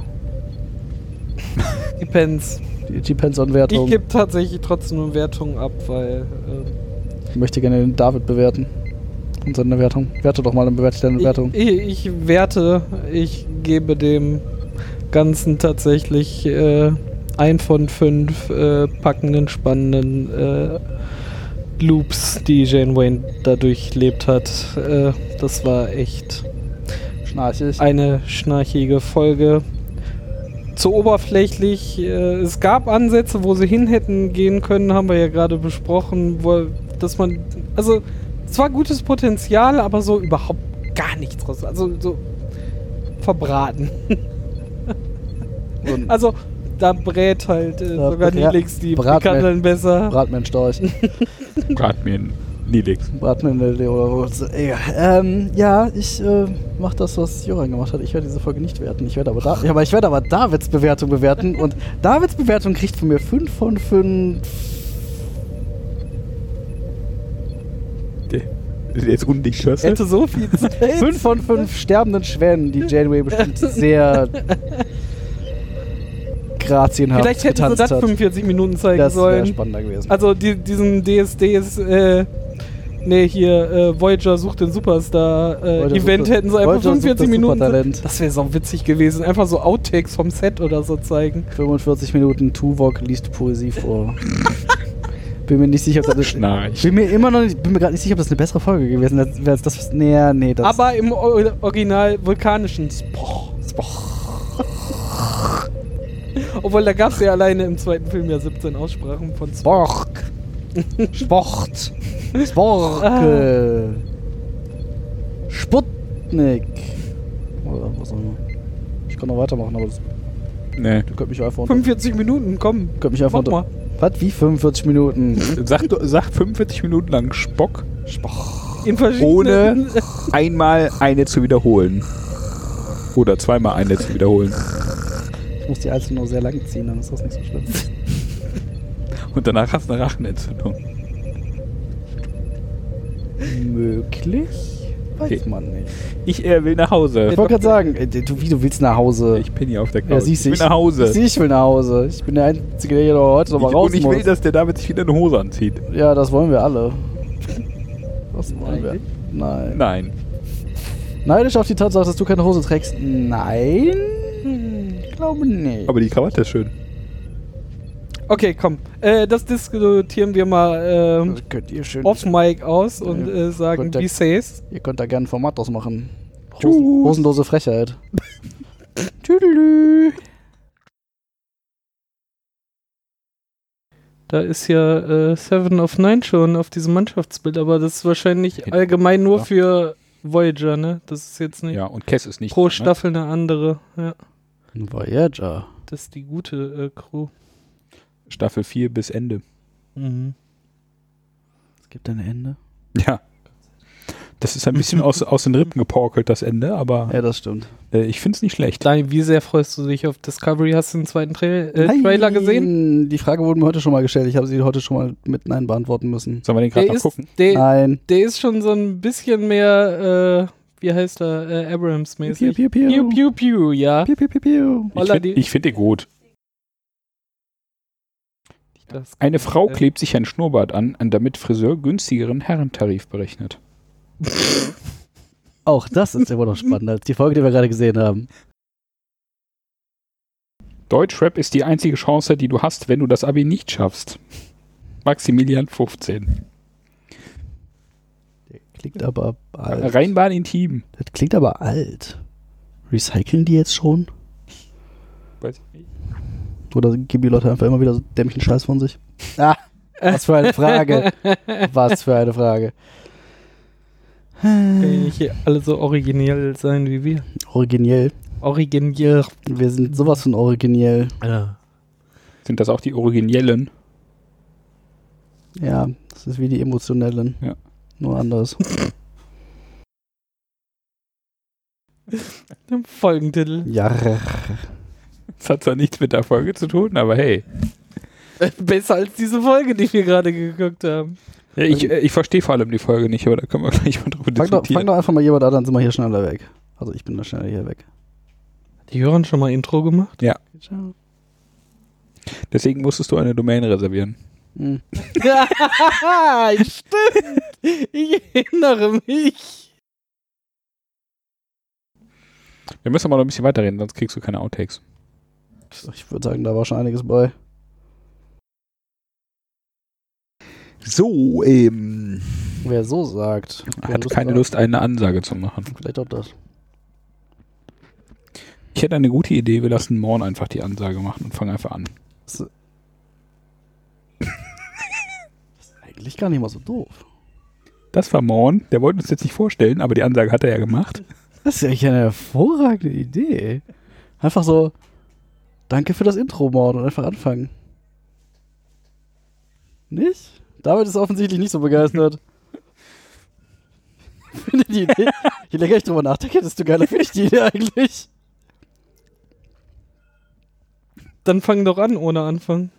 Speaker 1: Depends.
Speaker 2: die, die Penson-Wertung.
Speaker 1: Ich gebe tatsächlich trotzdem eine Wertung ab, weil äh,
Speaker 2: Ich möchte gerne den David bewerten. Und seine Wertung. Werte doch mal und bewerte deine Wertung.
Speaker 1: Ich, ich, ich werte, ich gebe dem Ganzen tatsächlich äh, ein von fünf äh, packenden, spannenden äh, Loops, die Jane Wayne dadurch lebt hat. Äh, das war echt
Speaker 2: Schnarchig.
Speaker 1: eine schnarchige Folge. Zu oberflächlich. Äh, es gab Ansätze, wo sie hin hätten gehen können, haben wir ja gerade besprochen, wo, dass man. Also, zwar gutes Potenzial, aber so überhaupt gar nichts draus. Also, so verbraten.
Speaker 2: So ein
Speaker 1: Also, da brät halt äh,
Speaker 2: Da
Speaker 1: sogar
Speaker 2: brät- ja,
Speaker 1: Nelix die
Speaker 2: brat mir-
Speaker 1: Kandeln besser.
Speaker 2: Brat mir einen Storch.
Speaker 3: Gerade mir ein Nilix.
Speaker 2: Brat mir eine Leola. Ähm, ja, ich äh, mach das, was Joran gemacht hat. Ich werde diese Folge nicht werten. Ich werde aber, da ja, aber, ich werde aber Davids Bewertung bewerten. Und Davids Bewertung kriegt von mir 5 von 5.
Speaker 3: Der der ist undicht, hörst
Speaker 1: Hätte
Speaker 3: du?
Speaker 1: so
Speaker 2: *laughs*
Speaker 1: viel Zeit.
Speaker 2: 5 von 5 sterbenden Schwänen, die Janeway
Speaker 1: *laughs*
Speaker 2: bestimmt sehr grazienhaft
Speaker 1: Vielleicht hätten sie
Speaker 2: getanzt
Speaker 1: das
Speaker 2: hat.
Speaker 1: 45 Minuten zeigen
Speaker 2: Das wäre
Speaker 1: sollen.
Speaker 2: spannender gewesen.
Speaker 1: Also die, diesen DSDs, äh, nee, hier, äh, Voyager sucht den Superstar äh,
Speaker 2: Voyager
Speaker 1: Event
Speaker 2: sucht das-
Speaker 1: hätten sie einfach
Speaker 2: Voyager sucht
Speaker 1: 45
Speaker 2: das
Speaker 1: Minuten.
Speaker 2: Supertalent.
Speaker 1: Das wäre so witzig gewesen. Einfach so Outtakes vom Set oder so zeigen.
Speaker 2: 45 Minuten Tuvok liest Poesie vor. bin mir nicht sicher, ob das
Speaker 3: Schnarch.
Speaker 2: Bin mir immer noch nicht, bin mir gerade nicht sicher, ob das eine bessere Folge gewesen ist, als das, was, nee, nee, das.
Speaker 1: Aber im O- Original vulkanischen. Spoch. Obwohl, da gab es ja alleine im zweiten Film ja 17 Aussprachen von Spoch.
Speaker 2: Spork. Sport. Sporke. Sputnik. Oder was auch immer. Ich kann noch weitermachen, aber das,
Speaker 3: Nee.
Speaker 2: ihr könnt mich einfach unter,
Speaker 1: 45 Minuten, komm.
Speaker 2: könnt mich einfach
Speaker 1: Mach mal.
Speaker 2: unter, Was? Wie 45 Minuten?
Speaker 3: Sag, doch- sag 45 Minuten lang Spock,
Speaker 1: In verschiedenen-
Speaker 3: ohne einmal eine zu wiederholen. Oder zweimal eine zu wiederholen.
Speaker 2: Ich muss die einzeln nur sehr lang ziehen, dann ist das nicht so schlimm.
Speaker 3: Und danach hast du eine Rachenentzündung.
Speaker 2: Möglich? Weiß
Speaker 3: Okay.
Speaker 2: man nicht.
Speaker 3: Ich äh, will nach Hause.
Speaker 2: Ich wollte gerade sagen, äh, du, wie du willst nach Hause.
Speaker 3: Ich bin hier auf der Couch.
Speaker 2: ja, siehst
Speaker 3: ich
Speaker 2: du,
Speaker 3: will nach Hause.
Speaker 2: Ich, ich will nach Hause. Ich bin der Einzige, der hier noch heute noch mal
Speaker 3: Ich-
Speaker 2: raus
Speaker 3: und ich
Speaker 2: muss.
Speaker 3: will, dass der David sich wieder eine Hose anzieht.
Speaker 2: ja, das wollen wir
Speaker 3: *laughs*
Speaker 2: alle. Was wollen wir?
Speaker 1: Neidisch?
Speaker 2: Nein.
Speaker 3: Nein.
Speaker 2: Neidisch auf die Tatsache, dass du keine Hose trägst? Nein. Ich glaube nicht.
Speaker 3: Aber die Krawatte ist schön.
Speaker 1: *laughs* Okay, komm. Äh, das diskutieren wir mal ähm,
Speaker 2: das könnt ihr schön.
Speaker 1: off-mic aus und
Speaker 2: Ja.
Speaker 1: äh, sagen,
Speaker 2: Gut, dann-
Speaker 1: wie says.
Speaker 2: Ihr könnt da gerne ein Format draus machen.
Speaker 3: Tschüss.
Speaker 2: Hosen, hosenlose Frechheit. Tüdelü.
Speaker 1: Da ist ja äh, Seven of Nine schon auf diesem Mannschaftsbild, aber das ist wahrscheinlich
Speaker 3: Hinten,
Speaker 1: allgemein nur
Speaker 3: ja.
Speaker 1: für Voyager, ne? Das ist jetzt nicht
Speaker 3: Ja, und Cass ist nicht.
Speaker 1: pro
Speaker 3: drin, ne?
Speaker 1: Staffel eine andere. Ja,
Speaker 2: Voyager.
Speaker 1: das ist die gute äh, Crew.
Speaker 3: Staffel 4 bis Ende. *laughs*
Speaker 1: Mhm.
Speaker 2: Es gibt ein Ende.
Speaker 3: Ja. Das ist ein bisschen aus, aus den Rippen geporkelt, das Ende, aber
Speaker 2: Ja, das stimmt.
Speaker 3: äh, ich finde es nicht schlecht.
Speaker 1: Dani, wie sehr freust du dich auf Discovery? Hast du den zweiten Tra äh, Trailer gesehen?
Speaker 2: Nein, Die Frage wurde mir heute schon mal gestellt. Ich habe sie heute schon mal mit Nein beantworten müssen.
Speaker 3: Sollen wir den gerade
Speaker 1: Der
Speaker 3: noch
Speaker 1: ist,
Speaker 3: gucken?
Speaker 1: der,
Speaker 2: Nein.
Speaker 1: der ist schon so ein bisschen mehr, äh, wie heißt er, äh, Abrams-mäßig.
Speaker 2: Piu, piu, piu.
Speaker 1: Piu, piu, piu, ja.
Speaker 2: Piu, piu, piu, piu.
Speaker 3: Ich
Speaker 1: Holla,
Speaker 3: finde
Speaker 1: die-
Speaker 3: ich find den gut.
Speaker 1: Das
Speaker 3: Eine
Speaker 1: *laughs*
Speaker 3: Frau
Speaker 1: Äh.
Speaker 3: klebt sich ein Schnurrbart an, an damit Friseur günstigeren Herrentarif berechnet.
Speaker 2: Auch das ist immer noch spannender als die Folge, die wir gerade gesehen haben.
Speaker 3: Deutschrap ist die einzige Chance, die du hast, wenn du das Abi nicht schaffst. Maximilian 15.
Speaker 2: Der klingt aber alt.
Speaker 3: Rheinbahn intim.
Speaker 2: Das klingt aber alt. Recyceln die jetzt schon?
Speaker 3: Weiß ich nicht.
Speaker 2: Oder geben die Leute einfach immer wieder so dämlichen Scheiß von sich? Ah, was für
Speaker 1: *laughs*
Speaker 2: eine Frage. Was für eine Frage.
Speaker 1: Können nicht hier alle so originell sein wie wir.
Speaker 2: *laughs* Originell.
Speaker 1: Originell.
Speaker 2: Wir sind sowas von originell.
Speaker 3: Sind das auch die originellen?
Speaker 2: Ja, das ist wie die emotionellen.
Speaker 3: Ja.
Speaker 2: Nur anders.
Speaker 1: Folgentitel.
Speaker 2: Ja.
Speaker 3: Das hat zwar nichts mit der Folge zu tun, aber hey.
Speaker 1: *laughs* Besser als diese Folge, die wir gerade geguckt haben.
Speaker 3: Ja, ich äh, ich verstehe vor allem die Folge nicht, aber da können wir *laughs* gleich mal drüber
Speaker 2: Fang doch, fang
Speaker 3: diskutieren.
Speaker 2: doch einfach mal jemand an, dann sind wir hier schneller weg. Also ich bin da schneller hier weg.
Speaker 1: *laughs* Hat die Hören schon mal Intro gemacht?
Speaker 2: Ciao.
Speaker 3: Deswegen musstest du eine Domain reservieren.
Speaker 2: Hm.
Speaker 1: Stimmt. Ich erinnere mich.
Speaker 3: Wir müssen aber noch ein bisschen weiterreden, sonst kriegst du keine Outtakes.
Speaker 2: Ich würde sagen, da war schon einiges bei.
Speaker 3: So, ähm.
Speaker 2: Wer so sagt, wer
Speaker 3: Hat keine
Speaker 2: drauf-
Speaker 3: Lust, eine Ansage zu machen.
Speaker 2: Vielleicht auch das.
Speaker 3: Ich hätte eine gute Idee, wir lassen Morn einfach die Ansage machen und fangen einfach an.
Speaker 2: Eigentlich gar nicht mal so doof.
Speaker 3: Das war Morn, der wollte uns jetzt nicht vorstellen, aber die Ansage hat er ja gemacht.
Speaker 2: Das ist ja echt eine hervorragende Idee. Einfach so, danke für das Intro, Mord, und einfach anfangen. Nicht? David ist offensichtlich nicht so *laughs* begeistert. Finde die Idee, je länger ich drüber nachdenke, desto geiler finde ich die Idee eigentlich.
Speaker 1: Dann fang doch an ohne Anfang.